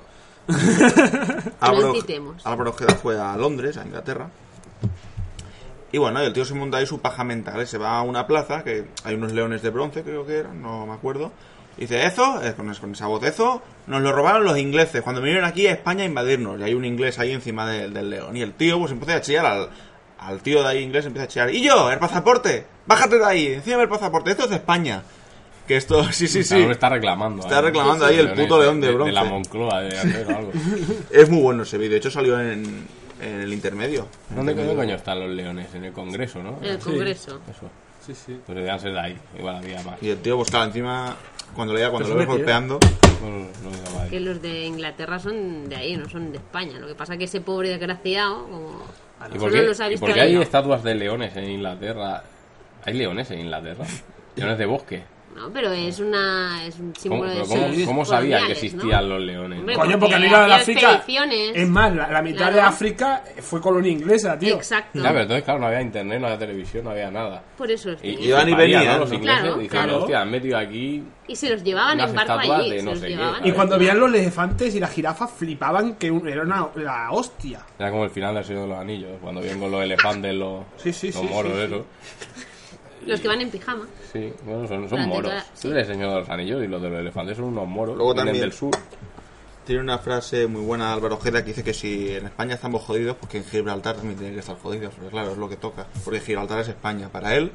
Álvaro,
No incitemos.
Álvaro Ojeda fue a Londres, a Inglaterra. Y bueno, el tío se monta ahí su paja mental. ¿eh? Se va a una plaza, que hay unos leones de bronce, creo que eran, no me acuerdo. Y dice, eso, eh, con, con esa voz, eso, nos lo robaron los ingleses cuando vinieron aquí a España a invadirnos. Y hay un inglés ahí encima de- del león. Y el tío, pues empieza a chillar al, al tío de ahí inglés, empieza a chillar. ¡Y yo, el pasaporte! ¡Bájate de ahí! ¡Encima del pasaporte! ¡Esto es de España! Que esto, sí, sí, sí.
Cabrón, está reclamando.
Está
ahí.
reclamando ahí el
Leones,
puto león de bronce.
De la Moncloa, de acero o algo.
Es muy bueno ese vídeo. De hecho, salió en, en el intermedio.
¿Dónde coño, coño están los leones? En el Congreso, ¿no?
En el Congreso.
Eso.
Sí, sí.
Pues debían ser de ahí. Igual había más.
Y el tío, pues claro, encima, cuando le, cuando lo
Pero son
ves
de piedra.
golpeando,
No, no, no, no, ahí.
Que los de Inglaterra son de ahí, no son de España. Lo que pasa que ese pobre desgraciado, como...
¿Y
solo
por qué,
los ha
y
visto
por qué hay
ahí.
estatuas de leones en Inglaterra? ¿Hay leones en Inglaterra? ¿Leones de bosque?
No, pero es una es un
¿Cómo,
símbolo de
pero cómo-
esos
cómo sabían que
coloniales,
existían
¿no?
los leones?
Hombre, pues,
Coño,
Porque
porque al ir a la
hacía
África.
expediciones.
Es más, la, la mitad
Claro.
de África fue colonia inglesa, tío.
Exacto.
Ya, pero entonces, claro, no había internet, no había televisión, no había nada.
Por eso es.
Y,
que-
y van y
parían,
venían,
¿no? Los
¿no?
ingleses
Claro,
dijeron,
claro.
hostia, han metido aquí...
Y se los llevaban
Unas
en barco
estatuas
allí.
de
se
no
los
sé qué,
llevaban.
Y cuando veían los elefantes y las jirafas flipaban que un- era una, la hostia.
Era como el final del Señor de los Anillos, cuando vienen con los elefantes, los,
Sí, sí,
los
sí,
moros,
sí, sí.
eso.
Los que van en pijama.
Sí, bueno, son, son
Durante
moros.
toda- sí.
Tú eres el Señor de los Anillos y los de los elefantes son unos moros.
Luego
vienen
también-
del sur.
tiene una frase muy buena Álvaro Ojeda que dice que si en España estamos jodidos, pues que en Gibraltar también tienen que estar jodidos. Porque claro, es lo que toca. Porque Gibraltar es España para él.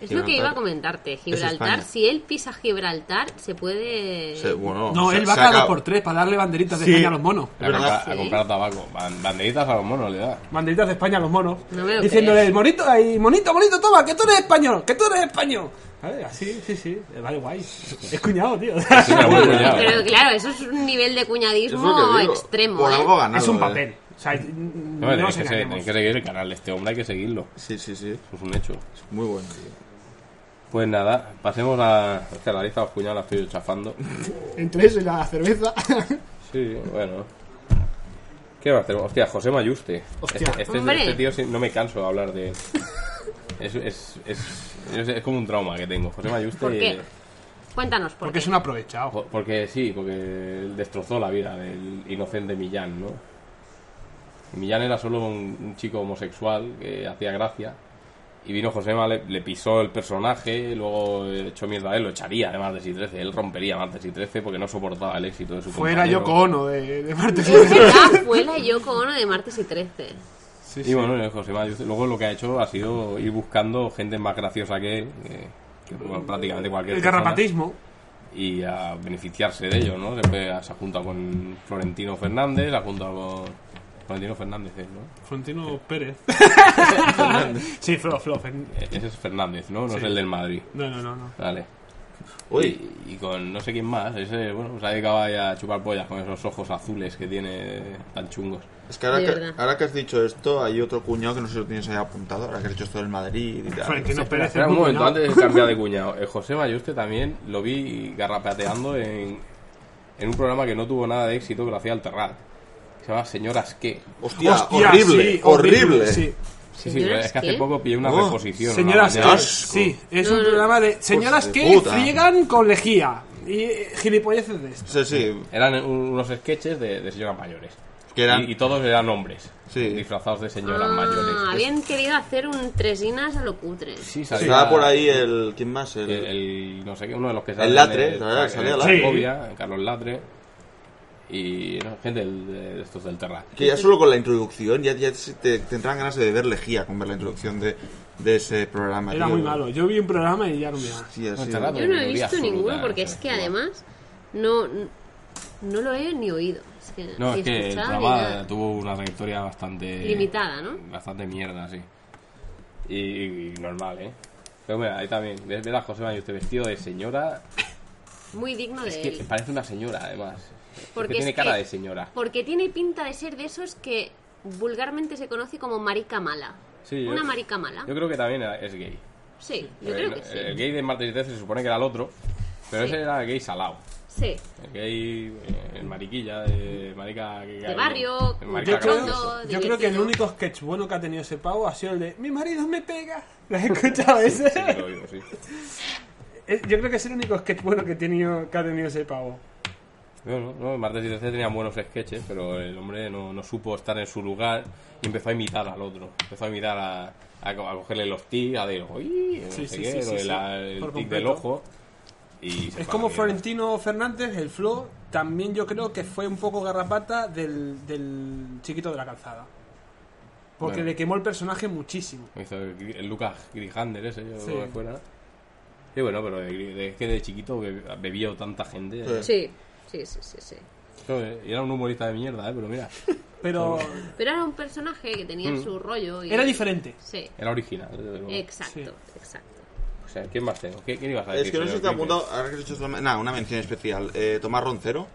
Es lo que
Gibraltar-
iba a comentarte. Gibraltar,
España.
si él pisa Gibraltar, se puede.
se- bueno,
No,
se-
él va
se
cada dos
acaba-
por tres para darle banderitas de
Sí.
España a los monos.
A
Es verdad.
comprar, a
Sí.
comprar tabaco. Ban- Banderitas a los monos le da.
Banderitas de España a los monos.
No me lo
diciéndole,
crees.
monito, ahí, monito, monito, toma, que tú eres español, que tú eres español. ¿Vale? Así, sí, sí. eh, Vale, guay. Es cuñado, tío.
Sí, era muy cuñado.
Pero claro, eso es un nivel de
es lo
cuñadismo
que digo,
extremo.
Por
¿eh?
algo ganado.
es un
eh.
papel. O sea, mm,
No,
no,
tenéis
se
que se- tenéis que seguir el canal de este hombre, hay que seguirlo.
Sí, sí, sí.
Eso es un hecho.
Es muy bueno, tío.
Pues nada, pasemos a... Hostia, la lista de los cuñados la estoy chafando.
Entre eso y la cerveza.
Sí, bueno. ¿Qué va a hacer? Hostia, José Mayuste.
Hostia.
Este, este-
Hombre.
este tío sí- no me canso de hablar de él. Es, es, es, yo sé, es como un trauma que tengo. José Mayuste.
¿Por qué? Cuéntanos, ¿por
Porque
qué?
es un aprovechado.
jo- porque sí, porque destrozó la vida del inocente Millán, ¿no? Millán era solo un, un chico homosexual que hacía gracia. Y vino José le, le pisó el personaje, luego eh, echó mierda a él, lo echaría de Martes y 13. Él rompería Martes y 13 porque no soportaba el éxito de su
Fuera
compañero.
yo cono de, de martes.
Es verdad, fue la Yoko Ono de martes y 13.
Sí,
Y
sí.
bueno, el José Mayuste, luego lo que ha hecho ha sido ir buscando gente más graciosa que él, que, que, bueno, prácticamente cualquier
Eh, El
persona,
garrapatismo.
y a beneficiarse de ello, ¿no? Después se ha juntado con Florentino Fernández, se ha juntado con... Florentino Fernández, ¿eh? ¿no?
Florentino Pérez. sí, Flo, Flo. Fer-
E- Ese es Fernández, ¿no? No es
Sí.
el del Madrid.
No, no, no, no.
Vale.
Uy,
Y, y con no sé quién más, ese, bueno, se ha dedicado ahí a chupar pollas con esos ojos azules que tiene tan chungos.
es que ahora
De
que,
verdad.
ahora que has dicho esto, hay otro cuñado que no sé si lo tienes ahí apuntado. Ahora que has dicho esto del Madrid y tal.
Florentino
Espera,
Pérez.
espera
es
un
muy
momento,
cuñado.
antes de cambiar de cuñado. El José Mayuste también lo vi garrapateando en, en un programa que no tuvo nada de éxito, que lo hacía el Terrat. Se llama Señoras qué.
Hostia,
Hostia,
horrible,
sí,
horrible.
sí.
Sí, sí,
¿Señoras
es que hace
qué?
poco pillé una
Oh,
reposición. una
Señoras
mañana.
que. Sí, es un
No, no.
programa de señoras
de
que
puta.
friegan con lejía. Y eh, gilipolleces de esto.
Sí, sí.
Eran un- unos sketches de, de señoras mayores.
Que eran-
Y, y todos eran hombres.
Sí.
Disfrazados de señoras mayores.
Ah, habían querido hacer un tresinas a lo cutre.
Sí, salía
Estaba por ahí el. ¿Quién más?
El,
El,
el- no sé qué, uno de los que
Latre,
en-
la verdad, salía
en
Latre.
Sí.
Fobia, en Carlos Latre. Y no, gente del- de, de estos del Terra.
Que ya solo con la introducción ya, ya se te tendrán ganas de beber lejía con ver la introducción de, de ese programa.
Era
tío.
muy malo. Yo vi un programa y ya no me daba.
Sí, así.
Monterrat.
Yo no he
Minoría
visto
absoluta,
ninguno porque
eh,
es que
igual.
además no, no lo he ni oído. Es que
No,
ni
es que el
escuchado ni
programa
nada.
tuvo una trayectoria bastante.
Limitada, ¿no?
Bastante mierda, sí. Y, y normal, ¿eh? Pero mira, ahí también. Ves ves a José María usted vestido de señora.
Muy digno
Es
de
que
él.
parece una señora, además. Es
Pues Porque
que tiene
es
cara
que-
de señora.
Porque tiene pinta de ser de esos que vulgarmente se conoce como marica mala.
Sí, yo-
Una marica mala.
Yo creo que también era- es gay.
sí, yo
Eh,
creo
no,
que sí.
El gay de martes y 13 se supone que era el otro. Pero
Sí.
ese era el gay salado.
Sí.
El gay. eh, el mariquilla, de marica. que-
De barrio,
el marica
Yo creo,
gracioso.
Cachondo,
yo creo que el
divertido.
único sketch bueno que ha tenido ese pavo ha sido el de Mi marido me pega. ¿Lo has escuchado ese?
Sí, lo digo, sí.
Eh, Yo creo que es el único sketch bueno que, he tenido, que ha tenido ese pavo.
No, no, no, Martes y 13 tenían buenos sketches, pero el hombre no, no supo estar en su lugar y empezó a imitar al otro. Empezó a imitar a, a co- a cogerle los tics, a de uy, no
Sí,
sé
sí,
qué,
sí, sí,
lo de
sí.
la- el
Por
tic del
completo.
ojo. Y se
Es
fue
como
a la mierda.
Florentino Fernández, el flow, también yo creo que fue un poco garrapata del, del chiquito de la calzada. Porque
Bueno.
le quemó el personaje muchísimo.
Hizo el, el Lucas Grijander ese, yo
Sí.
creo que fuera. Y bueno, pero de- de- es que de chiquito be- bebió tanta gente.
Sí.
Sí, sí, sí, sí, sí.
Esto, eh, Era un humorista de mierda, eh, pero mira,
Pero
Pero era un personaje que tenía
Mm.
su rollo. Y...
era diferente.
Sí,
era original. desde luego.
exacto, exacto.
O sea, ¿quién más tengo? ¿Qué, ¿Quién ibas a decir?
Es que no sé si te ha
señor Cricket?
apuntado. Ahora que has hecho esto, nada, una mención especial. Eh, Tomás Roncero.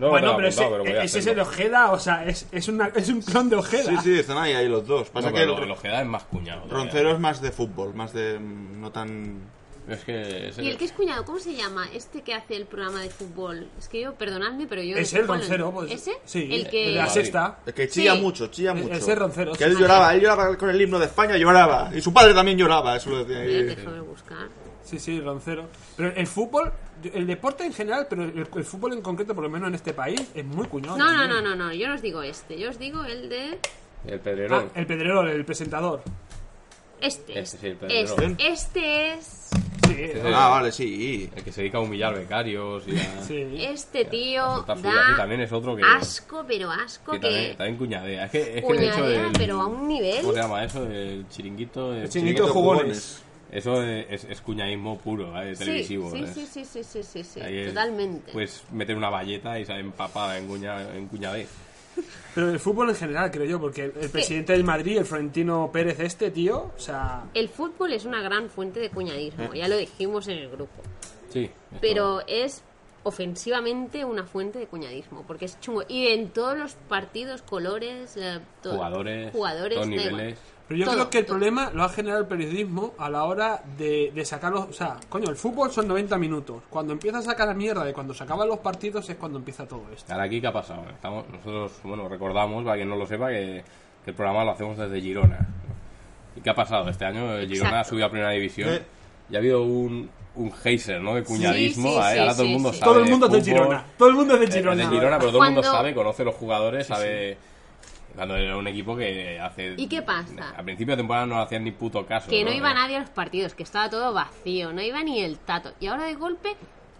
No, no
bueno,
te
pero
lo he
ese, e-,
apuntado, pero voy a
ese es el
hacerlo.
Ojeda, o sea, es, es, una, es un clon de Ojeda.
Sí, sí, están ahí, ahí los dos. Pasa
No,
que
pero
el-
el Ojeda es más cuñado. todavía.
Roncero es más de fútbol, más de. mm, No tan.
Es que ese-
Y el que es cuñado, ¿cómo se llama? Este que hace el programa de fútbol. Es que yo, perdonadme, pero yo. de
Ese, el
fútbol no-
roncero. pues,
¿Ese?
Sí,
El que.
de la
Madrid. Eh.
sexta.
Es que chilla
Sí.
mucho, chilla mucho.
Ese Roncero,
Que
sí.
él lloraba, él lloraba con el himno de España, lloraba. Y su padre también lloraba, eso lo decía
A ver,
ahí.
Eh, déjame buscar.
Sí, sí, roncero. Pero el fútbol, el deporte en general, pero el, el fútbol en concreto, por lo menos en este país, es muy cuñado.
No, no,
también.
no, no, no. Yo no os digo este. Yo os digo el de.
El
Ah,
Pedrerón.
el pedrerol, el presentador.
Este.
Este sí, el
este.
Pedrerol.
Este es.
Sí,
Sí, sí.
Ah, vale, sí.
El que se dedica a humillar becarios y a...
sí.
Este tío
Está full,
da
sí, también es otro que-
asco, pero asco
Que
que,
también, también cuñadea. Es que, es que el hecho
cuñadea,
del...
pero a un nivel.
¿Cómo se llama eso? El chiringuito... El
chiringuito jugones.
Eso es, es cuñadismo puro, ¿eh? televisivo.
sí,
¿eh?
sí, sí, sí, sí, sí, sí,
Ahí es,
totalmente.
Pues meter una valleta y sale empapada en, cuña, en cuñadez.
Pero el fútbol en general, creo yo, porque el, el presidente del Madrid, el Florentino Pérez este, tío, o sea...
El fútbol es una gran fuente de cuñadismo, ya lo dijimos en el grupo.
Sí. esto-
Pero es ofensivamente una fuente de cuñadismo, porque es chungo. Y en todos los partidos, colores, eh, todo-
Jugadores,
jugadores,
todos
da igual.
niveles.
Pero yo
Todo,
creo que el
todo.
problema lo ha generado el periodismo a la hora de, de sacarlos... O sea, coño, el fútbol son 90 minutos. Cuando empieza a sacar la mierda de cuando se acaban los partidos es cuando empieza todo esto.
Ahora aquí, ¿qué ha pasado? Estamos, nosotros, bueno, recordamos, para quien no lo sepa, que, que el programa lo hacemos desde Girona. ¿Y qué ha pasado? Este año el Girona ha
Exacto.
subido a primera división
Eh.
y ha habido un, un geyser, ¿no? De cuñadismo.
sí,
¿eh?
sí,
Ahora todo el
sí,
mundo
sí.
sabe.
Todo el mundo es
de
de Girona. Todo el mundo es de
eh,
Es de
Girona.
Girona, pero todo el mundo
Cuando-
sabe, conoce los jugadores, sabe. Cuando era un equipo que hace.
¿Y qué pasa?
A principio de temporada no hacían ni puto caso.
Que no iba nadie a los partidos, que estaba todo vacío, no iba ni el tato. Y ahora de golpe,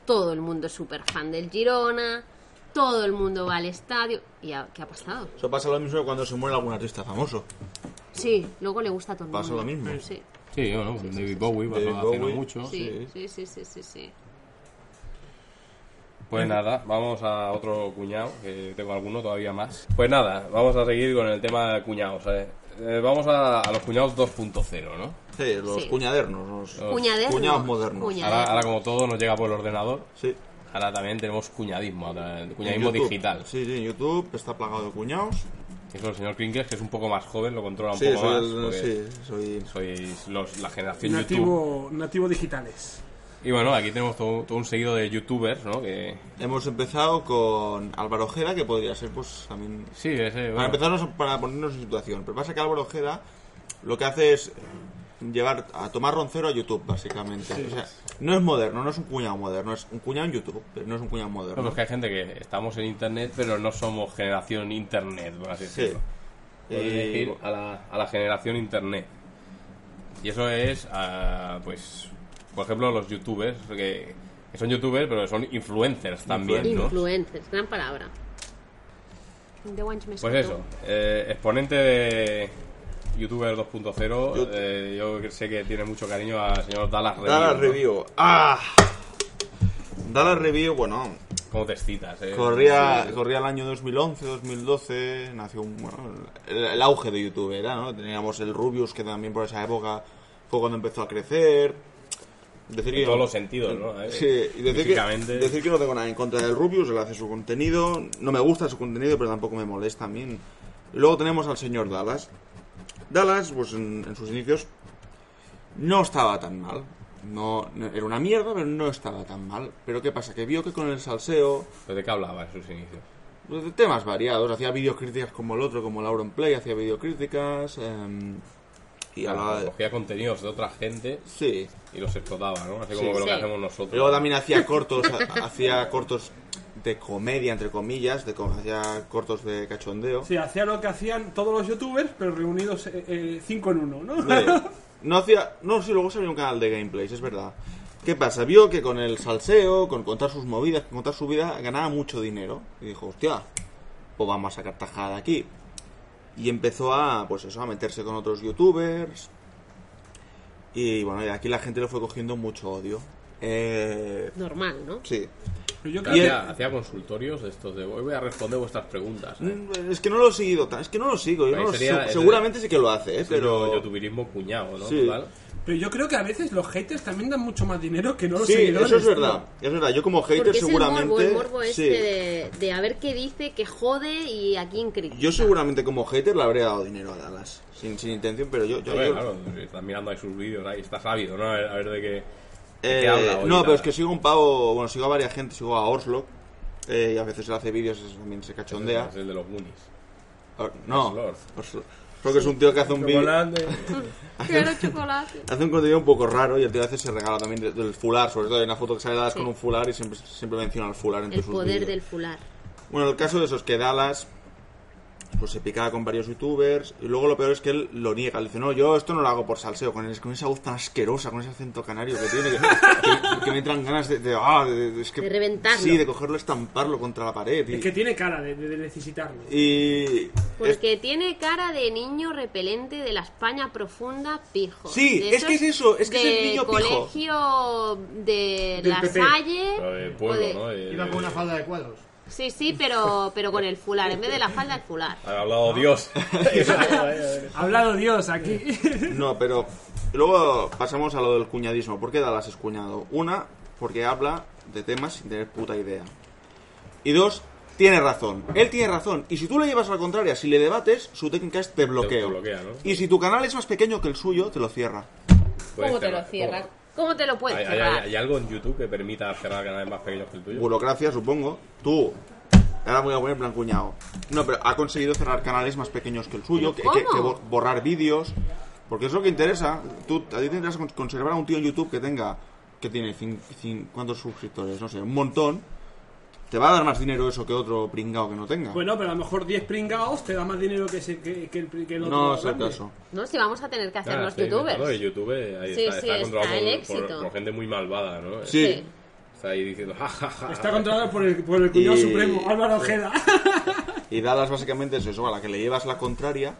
todo el mundo es súper fan del Girona, todo el mundo va al estadio. ¿Y a- qué ha pasado?
Eso pasa lo mismo que cuando se muere algún artista famoso.
Sí, luego le gusta a todo el mundo.
Pasa lo mismo.
Sí,
Sí, yo, ¿no? Con David Bowie pasó
David
hace no
Bowie.
mucho.
sí, sí, sí, sí, sí, sí.
Pues nada, vamos a otro cuñado, que tengo alguno todavía más. Pues nada, vamos a seguir con el tema de cuñados. ¿eh? Eh, vamos a, a los cuñados 2.0, ¿no?
Sí, los
Sí.
cuñadernos. Los
Cuñadernos.
cuñados modernos.
Cuña-
Ahora, ahora como todo nos llega por el ordenador,
Sí.
ahora también tenemos cuñadismo, ahora, el
En
cuñadismo
YouTube.
digital.
Sí, sí, en YouTube está plagado de cuñados.
Eso el señor Klinkers, que es un poco más joven, lo controla un
Sí,
poco
soy,
más.
el-
porque
sí, soy
Sois los, la generación YouTube.
Nativo, nativo digitales.
Y bueno, aquí tenemos todo, todo un seguido de youtubers, ¿no? Que,
Hemos empezado con Álvaro Ojeda, que podría ser, pues, también...
sí, ese, bueno,
Para empezarnos, para ponernos en situación. Pero pasa que Álvaro Ojeda lo que hace es llevar a Tomás Roncero a YouTube, básicamente. O sea, no es moderno, no es un cuñado moderno, es un cuñado en YouTube, pero no es un cuñado
No,
moderno.
pues que hay gente que estamos en internet, pero no somos generación internet, por así
Sí.
decirlo. Podéis
Eh,
elegir a la, a la generación internet. Y eso es, ah, pues, por ejemplo, los youtubers, que que son youtubers, pero son influencers también, ¿no?
Influencers, gran palabra. The One me
Pues
escuchó.
eso, eh, exponente de youtuber 2.0,
Yo-
eh, yo sé que tiene mucho cariño al señor Dallas Review.
Dallas
¿no?
Review. ¡Ah! Dallas Review, bueno,
¿Cómo te excitas? eh?
corría, corría el año 2011, 2012, nació un- bueno, el, el auge de YouTube era, ¿no? Teníamos el Rubius, que también por esa época fue cuando empezó a crecer. Decir
En todos los sentidos, ¿no? Eh,
Sí, y decir que,
físicamente.
decir que no tengo nada en contra del Rubius, él hace su contenido, no me gusta su contenido, pero tampoco me molesta a mí. Luego tenemos al señor Dallas. Dallas, pues en, en sus inicios, no estaba tan mal. No, no- era una mierda, pero no estaba tan mal. Pero ¿qué pasa? Que vio que con el salseo,
¿Pero ¿De qué hablaba en sus inicios?
pues, de temas variados, hacía videocríticas como el otro, como Lauren Play, hacía videocríticas... em, y hablaba de...
Cogía contenidos de otra gente
Sí,
y los explotaba, ¿no? Así
Sí.
como lo que
Sí.
hacemos nosotros.
Luego también hacía cortos, ha- hacía cortos de comedia, entre comillas, de, co- hacía cortos de cachondeo.
Sí, hacía lo que hacían todos los youtubers, pero reunidos eh, eh, cinco en uno, ¿no?
Vale. No hacía. No, sí, luego se abrió un canal de gameplays, es verdad. ¿Qué pasa? Vio que con el salseo, con contar sus movidas, con contar su vida, ganaba mucho dinero. Y dijo, hostia, pues vamos a sacar tajada aquí. Y empezó a, pues eso, a meterse con otros youtubers. Y bueno, y aquí la gente le fue cogiendo mucho odio. Eh,
Normal, ¿no?
sí.
Pero yo
Que
creo que-
Hacía, hacía consultorios de estos de hoy voy a responder vuestras preguntas. ¿eh?
Mm, Es que no lo he seguido, tan- es que no lo sigo, yo
Ahí
no lo
sería-
sigo.
ese-
seguramente sí que lo hace, ¿eh?
Yo-
pero
Youtuberismo cuñado, ¿no?
Sí.
Total.
Pero yo creo que a veces los haters también dan mucho más dinero que no los
sí,
seguidores.
eso es
tío.
verdad, es verdad. Yo como hater
Porque es el
seguramente,
morbo, el morbo este
sí.
de, de a ver qué dice, que jode y a quién critica.
yo seguramente como hater le habré dado dinero a Dallas, sin, sin intención, pero yo, yo,
Hombre,
yo-
claro, si estás mirando ahí sus vídeos, ahí estás ávido, ¿no? A ver, a ver de qué, de
Eh,
qué habla hoy,
no, pero
nada.
es que sigo un pavo, bueno, sigo a varias gente, sigo a Oslo eh, y a veces él hace vídeos, eso también se cachondea.
Es el de los Goonies.
Or- No,
Oslo.
Oslo. creo que es un tío que hace un vídeo,
Chocolate.
Quiero chocolate.
hace un contenido un poco raro y el tío a veces se regala también de- del fular, sobre todo hay una foto que sale Dallas
Sí.
con un fular y siempre, siempre menciona el fular entre
El
sus
poder
vídeos.
del fular.
Bueno, el caso de eso es que Dallas pues se picaba con varios youtubers y luego lo peor es que él lo niega, le dice, no, yo esto no lo hago por salseo, con, es- con esa voz tan asquerosa, con ese acento canario que tiene, que, que- que me entran ganas de, de, ah, de- de- es que-
De reventarlo.
Sí, de cogerlo, estamparlo contra la pared. Y,
Es que tiene cara de, de- de necesitarlo.
y- es-
Porque tiene cara de niño repelente de la España profunda pijo.
Sí,
De
es que es eso, es que es el
de
niño pijo.
colegio de
Del
la
PP.
Salle.
Pero de
o de-
pueblo, ¿no? De-
Iba con una
de-
falda de cuadros.
Sí, sí, pero, pero con el fular. En vez de la falda, el fular.
Ha hablado Dios. Eso.
Ha hablado Dios aquí.
No, pero luego pasamos a lo del cuñadismo. ¿Por qué Dallas es cuñado? Una, porque habla de temas sin tener puta idea. Y dos, tiene razón. Él tiene razón. Y si tú le llevas a la contraria, si le debates, su técnica es te bloqueo.
bloquea, ¿no?
Y si tu canal es más pequeño que el suyo, te lo cierra.
Puedes
¿Cómo te
Pues
lo
cerrar-
cierras?
¿Cómo?
¿Cómo te lo puedes
¿Hay, hay-
cerrar?
hay algo en YouTube que permita cerrar canales más pequeños que el tuyo?
Burocracia, supongo. Tú. Ahora me voy a poner en plan cuñado. No, pero ha conseguido cerrar canales más pequeños que el suyo, que,
¿Pero
que- que
cómo?
bo- borrar vídeos. Porque es lo que interesa. Tú, a ti te interesa con- conservar a un tío en YouTube que tenga. que tiene. cin- cin- ¿Cuántos suscriptores? No sé, un montón. Te va a dar más dinero eso que otro pringao que no tenga.
bueno, pero a lo mejor 10 pringados te da más dinero que, ese- que, que el, pri- que el otro.
no es el
grande.
caso.
No, si vamos a tener que hacer
Ah,
los
sí, claro, de
youtubers.
YouTube eh, ahí
Sí,
está,
sí,
está controlado
está el
por- por,
éxito.
por gente muy malvada, ¿no?
Sí.
Sí.
Está ahí diciendo, ja, ja, ja.
Está controlado por el, por el cuñado
Y-
supremo, Álvaro Ojeda.
Y Dallas básicamente es eso, a la que le llevas la contraria.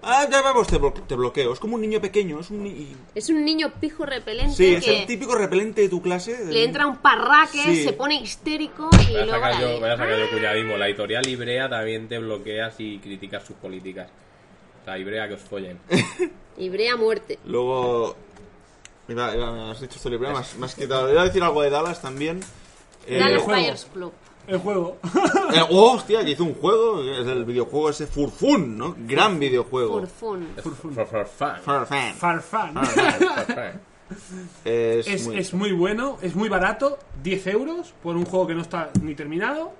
Ah, ya vamos, te, blo- te bloqueo. Es como un niño pequeño. Es un. ni-
Es un niño pijo repelente
Sí, es el
que
típico repelente de tu clase.
le entra un parraque,
Sí.
se pone histérico y
Voy a
luego...
sacar
la
yo,
de- ¡Ah!
voy a sacar yo cuñadismo. La editorial Ibrea también te bloquea si criticas sus políticas. La Ibrea que os follen.
Y brea muerte.
Luego. Mira, mira, me has dicho celebrar, me has, me has quitado. Iba a decir algo de Dallas también. Eh,
Dallas
juego.
Buyers Club.
El juego.
eh, oh, hostia, que hizo un juego. Es el videojuego ese Furfun, ¿no? Gran videojuego.
Por fun.
For, for fun.
Furfun.
Farfán.
For fun.
Ah, Es,
Es,
muy-
es muy bueno, es muy barato, 10 euros por un juego que no está ni terminado.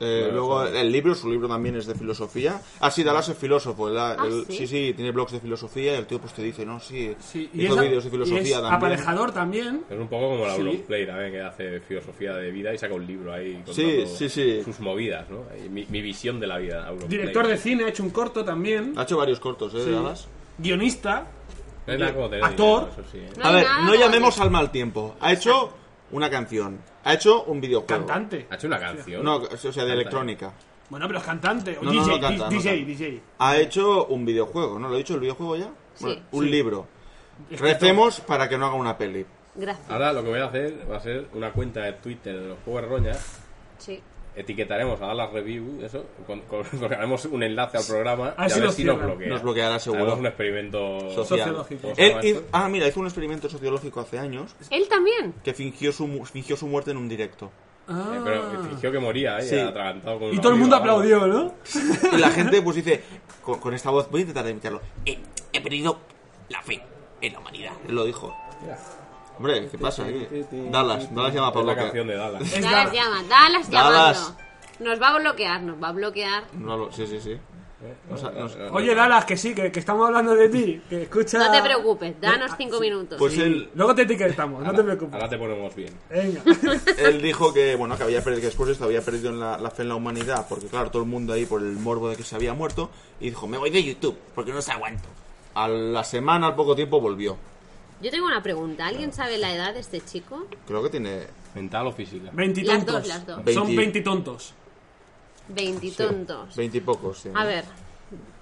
Eh,
Bueno,
luego
eso-
el libro, su libro también es de filosofía. Ah, sí, Dallas es filósofo. el-
Ah,
el-
sí.
sí, sí, tiene blogs de filosofía y el tío pues te dice, no, sí,
Sí, y
hizo
es-
vídeos de filosofía
y es
también.
aparejador también.
Es un poco como la
Sí.
Europlay también, que hace filosofía de vida y saca un libro ahí contando
Sí, sí, sí.
sus movidas, ¿no? Ahí, Mi, mi visión de la vida, Europlay.
Director de cine, ha hecho un corto también.
Ha hecho varios cortos, ¿eh?
Sí.
Dallas.
Guionista.
No hay nada como tener
Actor.
dinero, eso sí, ¿eh?
No
A
hay
ver,
nada
no
como
llamemos al mal tiempo. Ha hecho una canción. Ha hecho un videojuego.
Cantante.
Ha hecho una canción.
No, o sea, de electrónica.
Bueno, pero es cantante. O
No, no,
DJ,
no canta, no
DJ,
canta.
DJ.
Ha hecho un videojuego, ¿no? ¿Lo he dicho el videojuego ya?
Sí.
Bueno, un libro. Recemos para que no haga una peli.
Gracias.
Ahora lo que voy a hacer va a ser una cuenta de Twitter de los Power Roñas.
Sí.
Etiquetaremos a las review, eso. con- con- Colgaremos un enlace al programa.
A
y
ver si
a ver
nos
si nos
Ah, cierran.
bloquea.
Nos bloqueará seguro.
Haremos un experimento
Social.
Sociológico.
¿Cómo se
Él
llama
hizo-
esto?
ah, mira, hizo un experimento sociológico hace años
Él también.
que fingió su, mu- fingió su muerte en un directo.
Ah.
Eh, pero fingió que moría, ¿eh?
Sí.
atragantado con
Y
una
todo el mundo
oliva, vamos.
aplaudió, ¿no?
Y la gente pues dice, con, con esta voz, voy a intentar imitarlo. He, Eh, he perdido la fe en la humanidad. Él lo dijo.
Mira,
Hombre, ¿qué pasa? aquí? Dallas, Dallas llama a
Es
Pablo.
la
que-
canción de Dallas.
Es
Dallas
Dallas.
llama, Dallas
Dallas.
llamando. Nos va a bloquear, nos va a bloquear.
No lo- sí, sí, sí.
Eh,
O sea, no sé.
Oye, Dallas, que sí, que, que estamos hablando de ti. Que escucha.
No te preocupes, danos
Ah,
cinco
sí.
minutos.
Pues él,
Luego te etiquetamos, no te
Ahora
preocupes.
te ponemos bien.
Venga.
él dijo que bueno que había perdido, que después de esto había perdido en la, la fe en la humanidad porque claro todo el mundo ahí por el morbo de que se había muerto y dijo me voy de YouTube porque no se aguanto a la semana al poco tiempo volvió
Yo tengo una pregunta. ¿Alguien sabe la edad de este chico?
creo que tiene
Mental o física.
Las dos,
Veintitontos.
las dos.
Son
Veinti-
veintitontos.
Veintitontos.
veintipocos sí.
A ver,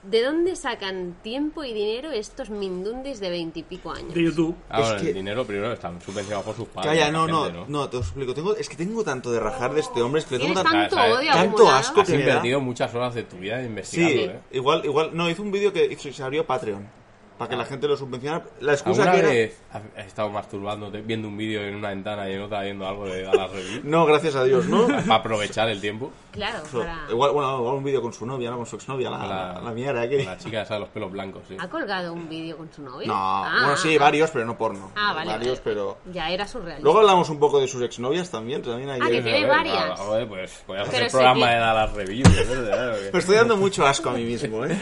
¿de dónde sacan tiempo y dinero estos mindundis de veintipico años?
De YouTube.
Ah,
Es
bueno,
que-
el dinero primero está subvencionado por sus padres.
Calla, no,
la
no,
gente,
no, te lo explico. Tengo, es que tengo tanto de rajar de este hombre, es que le tengo
Tienes
tan-
tanto
Sabes,
odio
tanto
acumulado.
asco.
Has
Sí, ¿verdad?
invertido muchas horas de tu vida investigando,
Sí,
¿eh?
igual, igual, no, hizo un vídeo que hizo- se abrió Patreon, para que la gente lo subvencionara. La excusa
Ah. ¿Alguna
que era...
vez has has estado masturbándote viendo un vídeo en una ventana y en otra viendo algo de Dallas Review?
No, gracias a Dios, ¿no?
Para aprovechar el tiempo.
Claro,
Eso,
para...
Igual, bueno, igual un vídeo con su novia, no con su exnovia, la, la, la mierda ¿eh? que...
La eh, chica esa de los pelos blancos, sí.
¿Ha colgado un vídeo con su novio?
No,
Ah,
bueno, sí,
ah,
varios, pero no porno.
Ah, vale.
Varios,
vale.
pero...
Ya era surrealista.
Luego hablamos un poco de sus exnovias también, también hay...
Ah, que tiene
A ver,
varias.
ah, joder, pues podías hacer
Pero sí
programa
que-
de Dallas Review, ¿verdad?
Me estoy dando mucho asco a mí mismo, ¿eh?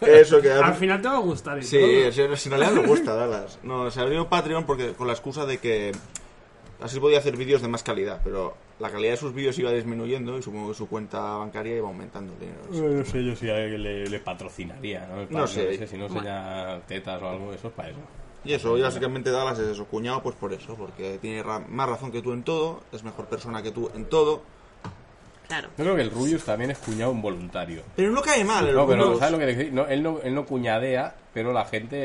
Eso que...
Al final te va a gustar. y
Sí,
todo.
si si en realidad me gusta Dallas. No, se abrió Patreon porque con la excusa de que así podía hacer vídeos de más calidad, pero la calidad de sus vídeos iba disminuyendo y supongo que su cuenta bancaria iba aumentando el dinero.
Eh, No sé yo si a él le, le patrocinaría, ¿no? El
No sé.
ese, Si no enseña tetas o algo, eso es para eso.
Y eso, y básicamente Dallas es eso, cuñado, pues por eso, porque tiene ra- más razón que tú en todo, es mejor persona que tú en todo,
Claro.
Yo creo que el Rubius también es cuñado involuntario.
pero no cae mal. el
No, pero
Rubius.
¿sabes lo que decir? No, él, no, él no cuñadea, pero la gente,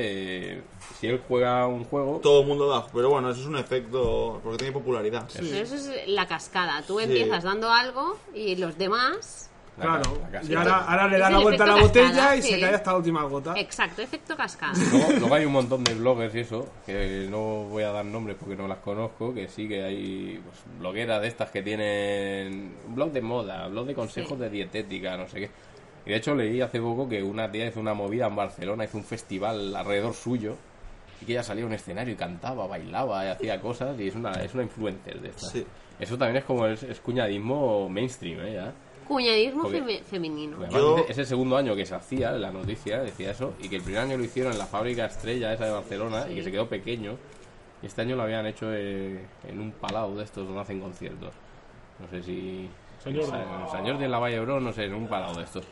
eh, si él juega un juego,
Todo el mundo da, pero bueno, eso es un efecto, porque tiene popularidad.
Pero eso es la cascada. Tú empiezas dando algo y los
la
demás...
ca-
Claro.
la casa-
Y ahora, ahora le da
Es
la
el
vuelta a la
efecto
botella
cascada,
y se
sí.
cae hasta la última gota.
Exacto, efecto cascada.
Luego, luego hay un montón de bloggers y eso, que no voy a dar nombres porque no las conozco, que sí que hay pues, blogueras de estas que tienen un blog de moda, blog de consejos
Sí.
de dietética, no sé qué. Y de hecho leí hace poco que una tía hizo una movida en Barcelona, hizo un festival alrededor suyo y que ella salía a un escenario y cantaba, bailaba y hacía cosas y es una, es una influencer de estas.
Sí.
Eso también es como es, es cuñadismo mainstream, ¿eh? Ya.
Cuñadismo
Porque-
femi- femenino.
Porque
Yo-
además ese segundo año que se hacía, la noticia decía eso, y que el primer año lo hicieron en la fábrica estrella esa de Barcelona, y que se quedó pequeño, y este año lo habían hecho eh, en un palau de estos donde hacen conciertos. No sé si...
Señor.
en San- en San Jordi en la Valle Bro, no sé, en un palau de estos.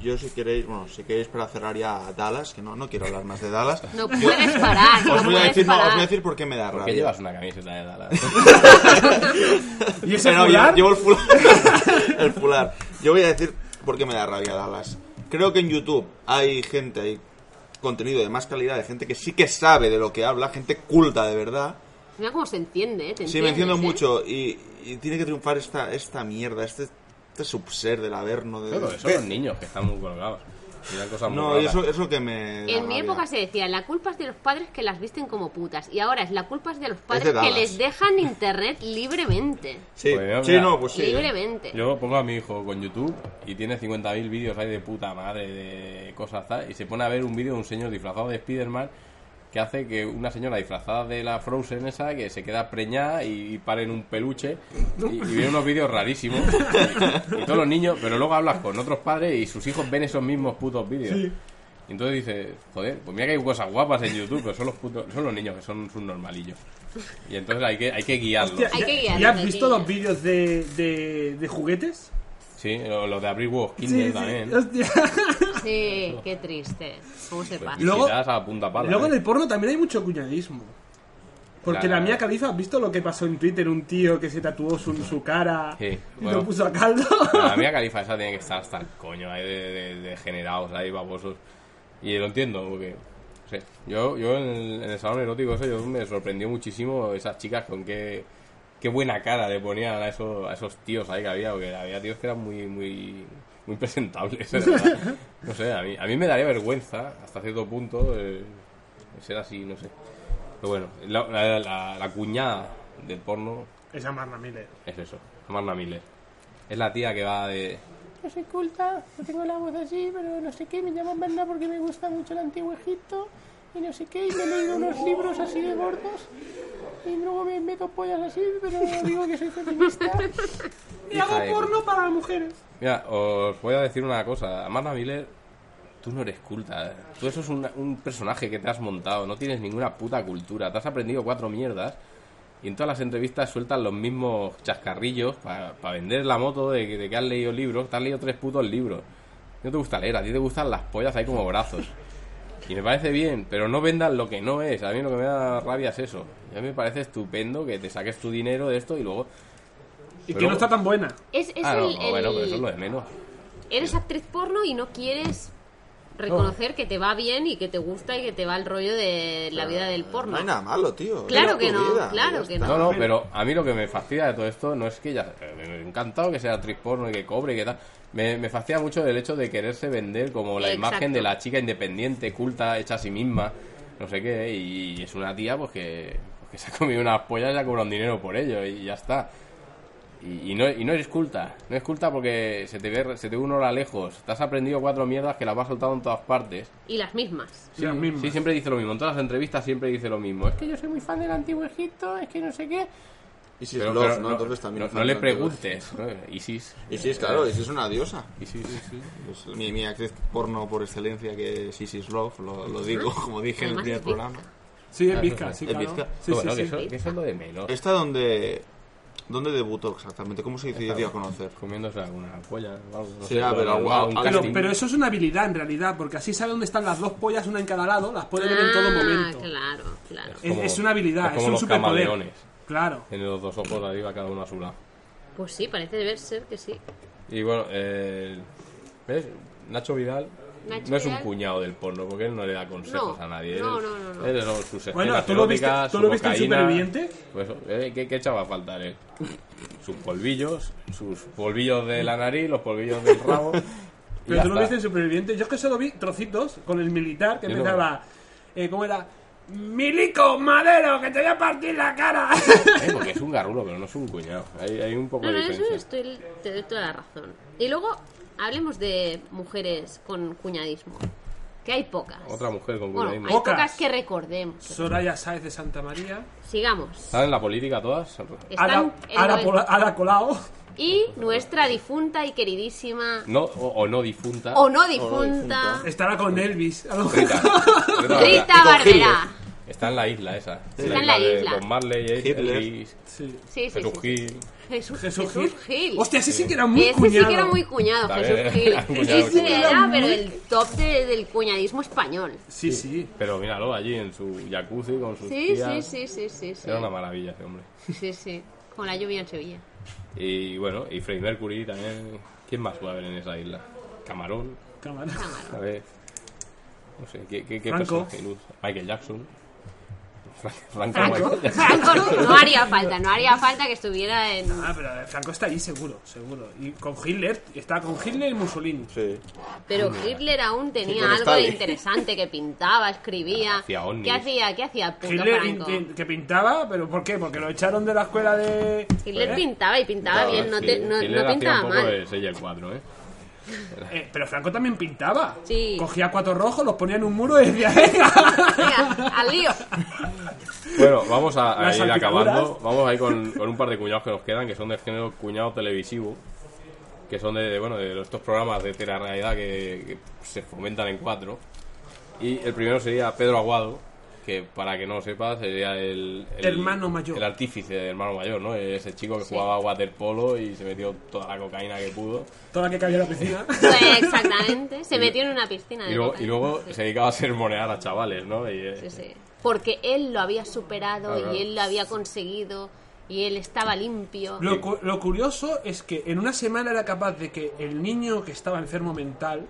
Yo si queréis, bueno, si queréis para cerrar ya a Dallas, que no, no quiero hablar más de Dallas.
No puedes parar.
Os
no
voy a
puedes
decir, no, os
parar.
voy a decir por qué me da
¿Por
rabia.
qué llevas una camiseta de Dallas?
¿Y ese
Pero
fular?
llevo, llevo el fular. el fular. Yo voy a decir por qué me da rabia Dallas. Creo que en YouTube hay gente, hay contenido de más calidad, de gente que sí que sabe de lo que habla, gente culta de verdad.
Mira cómo se entiende, ¿eh? Te
Sí, me entiendo
entiendes, ¿eh?
mucho y, y tiene que triunfar esta, esta mierda, este, este subser del averno. De,
Claro, son los niños que están muy colgados. Miran cosas muy
no,
raras.
y eso es lo que me... da
En mi
rabia.
época se decía, la culpa es de los padres que las visten como putas. Y ahora es la culpa es de los padres
de
que
Dallas.
les dejan internet libremente.
Sí,
Pues,
sí,
mira.
no, pues sí. ¿eh?
libremente.
Yo pongo a mi hijo con YouTube y tiene 50.000 vídeos ahí de puta madre, de cosas tal, y se pone a ver un vídeo de un señor disfrazado de Spiderman que hace que una señora disfrazada de la Frozen esa que se queda preñada y, y pare en un peluche y, y viene unos vídeos rarísimos y, y todos los niños, pero luego hablas con otros padres y sus hijos ven esos mismos putos vídeos. Y entonces dices, joder, pues mira que hay cosas guapas en YouTube, pero son los putos, son los niños que son sus normalillos. Y entonces hay que, hay que guiarlos.
Hostia,
Hay que
¿ya-
guiarlo,
¿Ya has
hay que
visto los
guiarlo.
vídeos de, de, de juguetes?
Sí, lo, lo de abrir huevos Kindle también.
hostia.
Sí, qué triste. ¿Cómo se
Pues
pasa?
Luego-
Luego, Pues a punta pala,
Luego
¿eh?
en el porno también hay mucho cuñadismo. Porque
Claro.
la mía Califa, ¿has visto lo que pasó en Twitter? Un tío que se tatuó su, su cara
Sí,
y
bueno.
lo puso a caldo.
La mía califa esa tiene que estar hasta el coño ahí de, de- degenerados, ahí babosos. Y lo entiendo, porque. no sé, yo, yo en, el, en el salón erótico eso yo me sorprendió muchísimo esas chicas con qué, qué buena cara le ponían a esos, a esos tíos ahí que había, porque había tíos que eran muy, muy, muy presentables. de verdad. No sé, a mí, a mí me daría vergüenza hasta cierto punto eh, ser así, no sé. Pero bueno, la, la, la- la cuñada del porno
Esa Marna Miller.
es eso, Marna Miller. Es la tía que va de...
No soy culta, no tengo la voz así, pero no sé qué, me llaman Berna porque me gusta mucho el antiguo Egipto y no sé qué, y me he leído unos libros así de gordos y luego me meto pollas así, pero no digo que soy feminista.
Y
Hija hago de-
hago
porno
porno para las mujeres.
Mira, os voy a decir una cosa. A Marta Miller, tú no eres culta. eh. Tú eso es una- un personaje que te has montado. No tienes ninguna puta cultura. Te has aprendido cuatro mierdas. Y en todas las entrevistas sueltan los mismos chascarrillos para vender la moto de, que- de que has leído libros. Te has leído tres putos libros. No te gusta leer, a ti te gustan las pollas ahí como brazos. Y me parece bien, pero no vendas lo que no es. A mí lo que me da rabia es eso. A mí me parece estupendo que te saques tu dinero de esto y luego...
Y
Pero-
que no está tan buena.
Es, es
Ah, no,
el-
no, bueno, pero eso es
el-
lo de menos.
Eres actriz porno y no quieres reconocer que te va bien y que te gusta y que te va el rollo de la vida del porno.
No hay nada malo, tío.
Claro
Viva
que
tu
no,
vida,
claro
ya
que
está.
No, no, pero a mí lo que me fastidia de todo esto no es que ya. eh, Me me encantado que sea actriz porno y que cobre y que tal. Me, me fastidia mucho el hecho de quererse vender como la
Exacto.
imagen de la chica independiente, culta, hecha a sí misma, no sé qué, y, es una tía pues que, pues, que se ha comido unas pollas y ha cobrado un dinero por ello y ya está. Y, y no, y no eres culta, no es culta porque se te ve, se te ve una hora lejos, te has aprendido cuatro mierdas que las vas soltando en todas partes.
Y las mismas.
Sí, las mismas.
Sí, siempre dice lo mismo, en todas las entrevistas siempre dice lo mismo. Es que yo soy muy fan del antiguo Egipto, es que no sé qué.
Y si es
Pero-
Love,
pero
¿no? Entonces también
no-
es
no le
fantástico.
preguntes. ¿no? Isis.
Y si es, claro, y si es una diosa.
Isis, Isis.
Es mi, mi actriz porno por excelencia, que es Isis Love, lo, lo digo, como dije en el
Además,
primer
es bizca.
programa.
Sí, es bizca, sí,
Es
claro.
bizca.
Sí, sí,
bueno, que
sí.
eso, que eso es lo de menos.
¿Esta donde dónde debutó exactamente? ¿Cómo se decidió a conocer?
Comiéndose alguna polla o algo. No
Sí, ah, a ver,
pero
algo-
algún
algo-
Pero,
casting.
pero eso es una habilidad en realidad, porque así sabe dónde están las dos pollas, una en cada lado, las puede ver en todo momento.
Ah, claro, claro.
Es,
Como-
es una
es
habilidad, es,
como
un
los
superpoder.
camaleones.
Claro.
Tiene los dos ojos arriba, cada uno a su lado.
Pues sí, parece deber ser que sí.
Y bueno, eh, ¿ves? Nacho Vidal.
Nacho
no es un
Vidal.
cuñado del porno, porque él no le da consejos
No,
a nadie.
no,
Él-
no, no, no.
Él es solo sus
Bueno,
escenas
¿tú lo viste-
eróticas,
tú
su
lo viste en
cocaína.
Superviviente?
Pues, eh, ¿qué, ¿Qué echaba a faltar él? Sus polvillos, sus polvillos de la nariz, los polvillos del rabo. y
Pero
ya
tú lo
está.
viste en Superviviente. Yo es que solo vi trocitos con el militar que
Yo no.
empezaba. eh, ¿Cómo era? ¡Milico, madero, que te voy a partir la cara!
Eh, porque es un garrulo, pero no es un cuñado. Hay, hay un poco
No, no,
de
eso
diferencia.
estoy, te doy toda la razón. Y luego hablemos de mujeres con cuñadismo. Que hay pocas.
Otra mujer con
bueno, hay
cuñadismo.
Pocas.
pocas que recordemos.
Soraya Sáez de Santa María.
Sigamos.
¿Están en la política todas?
Ada,
Están en
Ada
nue-
Pola- Ada Colau.
Y nuestra difunta y queridísima.
No, o, o no difunta.
O no difunta.
Estará con Elvis. a lo mejor.
Rita. Rita
Rita Barberá.
Está en la isla esa.
Está en la
de
isla.
Bob Marley,
Hitler.
Elvis,
Sí.
Sí, sí,
Jesús
sí.
Gil.
Jesús,
Jesús
Jesús
Gil.
Gil.
Hostia, ese sí que era muy
ese
cuñado.
sí que era muy cuñado,
También
Jesús
era
Gil.
un
Ese
cuñado
sí
que
era, pero el top de- del cuñadismo español.
Sí, sí.
Pero míralo allí en su jacuzzi con sus
Sí, sí,
tías.
sí, sí, sí, sí.
Era una maravilla ese hombre.
Sí, sí. Con la lluvia en Sevilla.
Y bueno, y Freddie Mercury también. ¿Quién más puede haber en esa isla? Camarón,
Cámara.
a ver. No sé, ¿qué, qué, qué
Franco.
personaje luz? Michael Jackson. Fra- Franco.
Franco,
Michael Jackson.
Franco Ah, no, no haría falta, no haría falta que estuviera en...
Ah, pero Franco está ahí seguro, seguro. Y con Hitler, está con Hitler y Mussolini.
Sí.
Pero
Ah,
Hitler aún tenía
con
algo de
Stalin.
interesante que pintaba, escribía.
Hacía ovnis.
¿Qué hacía? ¿Qué hacía el puto
Hitler
Franco?
inte- que pintaba, pero ¿por qué? Porque lo echaron de la escuela de...
Hitler
¿Eh?
pintaba y pintaba bien, no, te- no-
Hitler
no
hacía
pintaba
un poco
mal.
el 6 y el 4, ¿eh?
Eh, pero Franco también pintaba.
Sí.
Cogía cuatro rojos, los ponía en un muro y decía, venga.
Venga, al lío.
Bueno, vamos a, a
Las
ir acabando.
salpicaduras.
Vamos ahí con, con un par de cuñados que nos quedan, que son del género cuñado televisivo, que son de, de, bueno de estos programas de telerrealidad que, que se fomentan en cuatro. Y el primero sería Pedro Aguado, que para que no lo sepa sería el, el-
Hermano mayor.
el artífice del hermano mayor, ¿no? Ese chico que jugaba waterpolo y se metió toda la cocaína que pudo.
Toda la que cabía en la piscina.
Pues exactamente. Se metió en una piscina de
Y luego,
coca.
y luego
Ah, Sí,
se dedicaba a sermonear a chavales, ¿no? Y, eh,
sí, sí. Porque él lo había superado
Claro, claro.
y él lo había conseguido y él estaba limpio.
Lo, cu- lo curioso es que en una semana era capaz de que el niño que estaba enfermo mental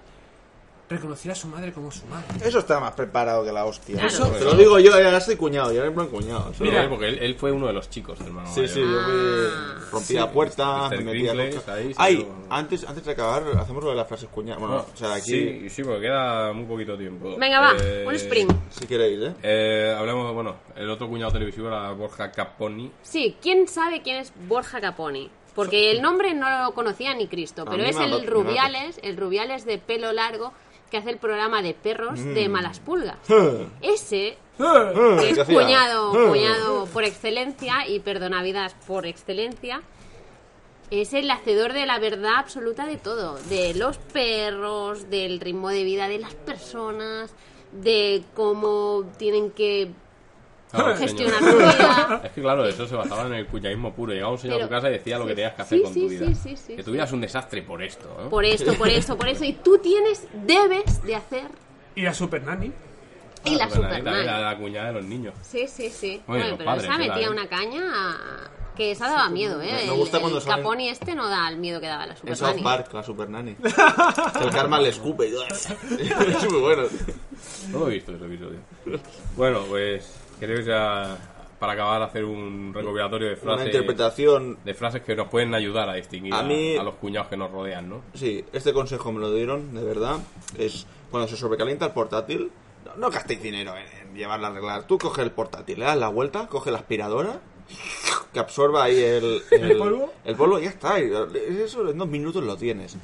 reconociera a su madre como su madre.
Eso está más preparado que la hostia.
Claro.
Te lo digo yo, ya estoy cuñado, ya en plan cuñado.
solo él, porque él, él fue uno de los chicos del hermano
Sí,
mayor.
sí, yo
Ah.
fui- rompí la puerta,
Mr.
me metí a
Crinkles,
cocha.
ahí, sí,
Ay,
luego-
antes, antes de acabar, hacemos lo de las frases cuñadas. Bueno, o sea, aquí,
Ah, sí, sí, porque queda muy poquito tiempo.
Venga, va,
Eh,
un spring.
si queréis, ¿eh?
Eh, hablemos, bueno, el otro cuñado televisivo era Borja Caponi.
Sí, ¿quién sabe quién es Borja Caponi? Porque el nombre no lo conocía ni Cristo,
A
pero
mí
es
me ha
el
dado-
Rubiales, el Rubiales de pelo largo que hace el programa de perros
Mm.
de malas pulgas. Ese
¡Eh!
Ah, ¿Qué
es
Mm, hacía?
cuñado,
Eh.
cuñado por excelencia y perdonavidas por excelencia. Es el hacedor de la verdad absoluta de todo, de los perros, del ritmo de vida de las personas, de cómo tienen que
Claro,
gestionar
Ah, señor.
su vida.
Es que claro, eso se basaba en el cuñadismo puro. Llegaba un señor a tu
Pero-
casa y decía lo que
sí,
tenías que hacer
sí,
con
sí,
tu
sí,
vida.
sí, sí,
que
sí.
tu vida es un desastre por esto, ¿no?
Por esto, por esto, por eso. Y tú tienes, debes de hacer
Y la super nanny.
y la
Porque nadie- nadie era
Superman.
Ah, pues la cuñada de los niños.
Sí, sí, sí.
Bueno,
Bueno,
los
pero
padres,
esa
claro,
metía
¿eh?
una caña que esa daba miedo,
Me-
¿eh?
me
El-
gusta
el
cuando salen-
Caponi este no da el miedo que daba la
En South
Superman.
Park, la Super Nanny. Que el karma le escupe. es muy bueno.
No lo he visto ese episodio. Bueno, pues creo que ya para acabar hacer un recopilatorio de
Una
frases,
interpretación.
de frases que nos pueden ayudar a distinguir
A
a,
mí-
a los cuñados que nos rodean, ¿no?
Sí, este consejo me lo dieron, de verdad. Es cuando se sobrecalienta el portátil. No, no gastéis dinero en, en llevarla a arreglar. Tú coge el portátil, le das la vuelta, coge la aspiradora. Que absorba ahí el,
¿El polvo?
El polvo y ya está. y eh, Eso en dos minutos lo tienes.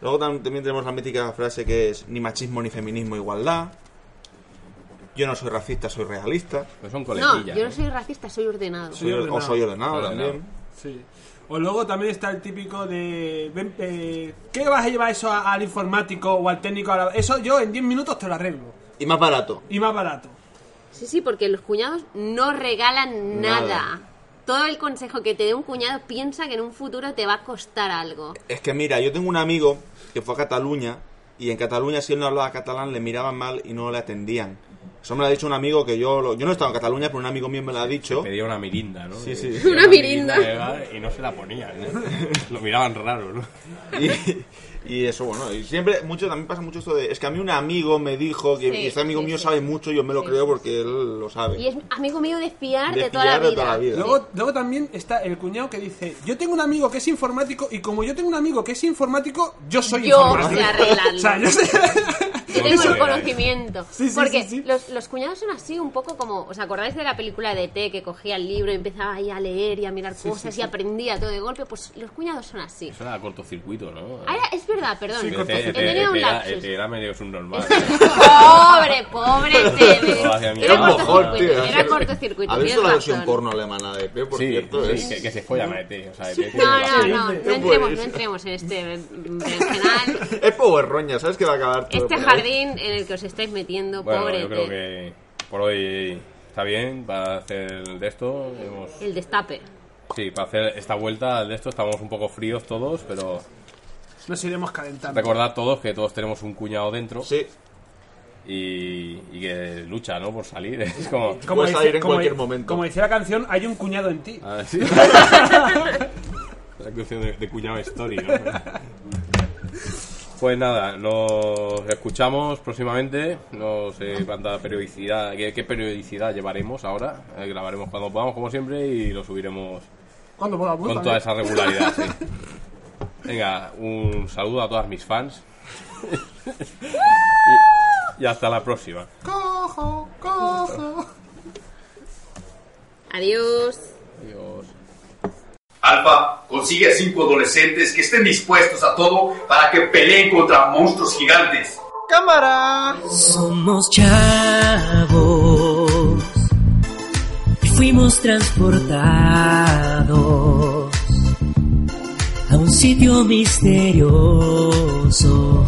Luego tam- también tenemos la mítica frase que es ni machismo ni feminismo igualdad. Yo no soy racista, soy realista.
Pues son
No,
coleguillas.
yo
¿eh?
no soy racista, soy ordenado.
Soy
o
ordenado.
soy ordenado
Ordenado.
también.
Sí. O luego también está el típico de. ven, eh, ¿Qué vas a llevar eso a- al informático o al técnico? a la- Eso yo en 10 minutos te lo arreglo.
Y más barato.
Y más barato.
Sí, sí, porque los cuñados no regalan nada.
Nada.
Todo el consejo que te dé un cuñado piensa que en un futuro te va a costar algo.
Es que mira, yo tengo un amigo que fue a Cataluña y en Cataluña si él no hablaba catalán le miraban mal y no le atendían. Eso me lo ha dicho un amigo que yo... lo- yo no he estado en Cataluña, pero un amigo mío me lo ha dicho.
pedía una mirinda, ¿no?
Sí, sí.
Pedía
Una mirinda.
¿verdad? Y no se la ponían. ¿eh? Lo miraban raro, ¿no?
Y, y eso, bueno, y siempre, mucho, también pasa mucho esto de... Es que a mí un amigo me dijo que...
Sí,
y este amigo
sí,
mío
sí.
sabe mucho y yo me lo
Sí,
creo
sí,
porque él lo sabe.
Y es amigo mío de fiar de,
De
toda, la
fiar de
vida.
toda la vida.
Luego, luego también está el cuñado que dice: Yo tengo un amigo que es informático y como yo tengo un amigo que es informático, yo soy
Yo
informático.
sé arreglarlo.
o sea, yo sé-
Yo tengo el conocimiento.
Sí, sí,
porque
sí, sí.
Los, los cuñados son así, un poco como. ¿Os acordáis de la película de E T que cogía el libro y empezaba ahí a leer y a mirar cosas y aprendía todo de golpe? Pues los cuñados son así.
Eso era cortocircuito, ¿no?
Ahora, es verdad, perdón.
Sí,
he
cortocircuito.
Este-
tenido un
este era-
lapsus.
este era medio subnormal.
pobre, pobre
Todo hacia mí.
Tebe.
Era
Era
un mojón,
cortocircuito.
tío.
Era cortocircuito.
¿Habéis
tienes
visto la versión
razón.
porno alemana de P, por
Sí,
cierto?
sí,
Es-
que, que se follan a ET. O sea, E ET tiene
No, no,
razón.
no, no
Qué
entremos,
bueno.
no entremos en este mm, berenjenal,
Es Power Roña, ¿sabes que va a acabar todo
este
por ahí?
jardín en el que os estáis metiendo,
Bueno,
pobre.
yo creo
T.
que por hoy está bien para hacer de esto. Hemos-
El destape.
Sí, para hacer esta vuelta de esto estamos un poco fríos todos, pero
Nos iremos calentando.
recordad todos que todos tenemos un cuñado dentro
Sí,
y, y que lucha, ¿no? Por salir. Es como...
Puedes salir en cualquier
di-
momento.
Como decía la canción, hay un cuñado en ti.
Ah, sí. La canción de, de Cuñado Story, ¿no? Pues nada, nos escuchamos próximamente. No sé cuánta periodicidad, qué, qué periodicidad llevaremos ahora. Eh, grabaremos cuando podamos, como siempre, y lo subiremos
Cuando pueda
con
puta,
toda
¿eh?
esa regularidad. sí. Venga, un saludo a todas mis fans. y, y hasta la próxima.
Cojo, cojo.
Adiós.
Adiós.
Alfa consigue a cinco adolescentes que estén dispuestos a todo para que peleen contra monstruos gigantes.
Somos chavos y fuimos transportados a un sitio misterioso,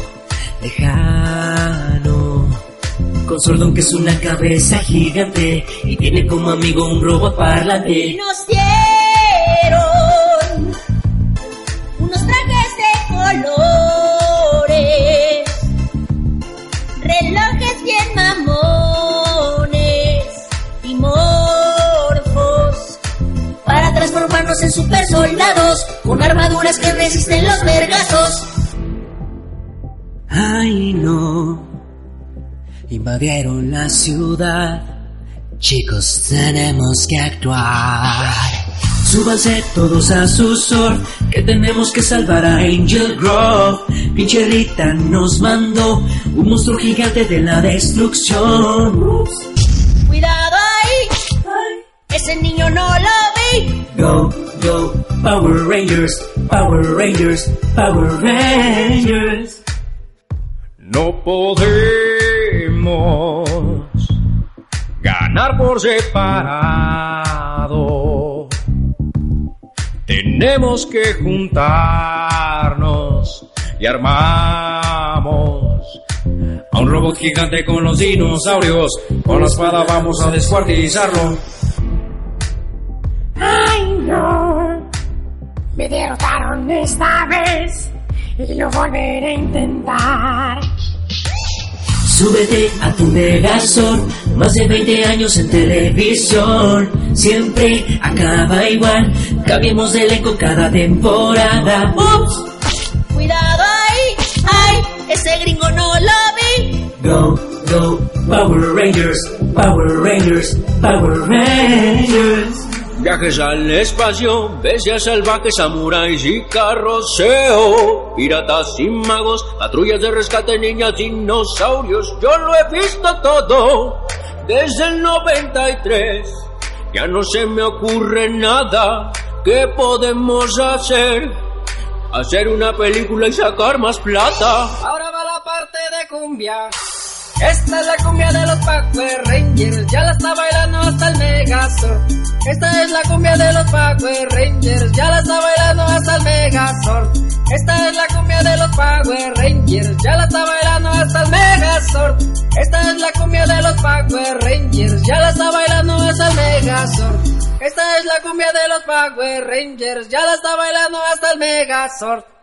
lejano. Con Sordón que es una cabeza gigante y tiene como amigo un robo parlante.
nos dieron unos trajes de colores, relojes bien mamones y morfos para transformarnos en super soldados con armaduras que resisten los vergazos.
Ay no, invadieron la ciudad. Chicos, tenemos que actuar. Súbanse todos a su surf, que tenemos que salvar a Angel Grove. Pinche Rita nos mandó un monstruo gigante de la destrucción. Ups.
Cuidado ahí, ese niño no lo vi.
Go, go, Power Rangers, Power Rangers, Power Rangers.
No podemos ganar por separado. Tenemos que juntarnos y armamos a un robot gigante con los dinosaurios. Con la espada vamos a descuartizarlo.
¡Ay, no! Me derrotaron esta vez y lo volveré a intentar.
Súbete a tu Megazord, más de 20 años en televisión, siempre acaba igual, cambiemos de elenco cada temporada. Ups.
Cuidado ahí, ay, ese gringo no lo vi.
Go, go, Power Rangers, Power Rangers, Power Rangers.
Viajes al espacio, bestias salvajes, samuráis y carroceo. Piratas y magos, patrullas de rescate, niñas, dinosaurios. Yo lo he visto todo desde el 93. Ya no se me ocurre nada que podemos hacer. Hacer una película y sacar más plata.
Ahora va la parte de cumbia. Esta es la cumbia de los Power Rangers, ya la está bailando hasta el Megazord. Esta es la cumbia de los Power Rangers, ya la está bailando hasta el Megazord. Esta es la cumbia de los Power Rangers, ya la está bailando hasta el Megazord. Esta es la cumbia de los Power Rangers, ya la está bailando hasta el Megazord. Esta es la cumbia de los Power Rangers, ya la está bailando hasta el Megazord.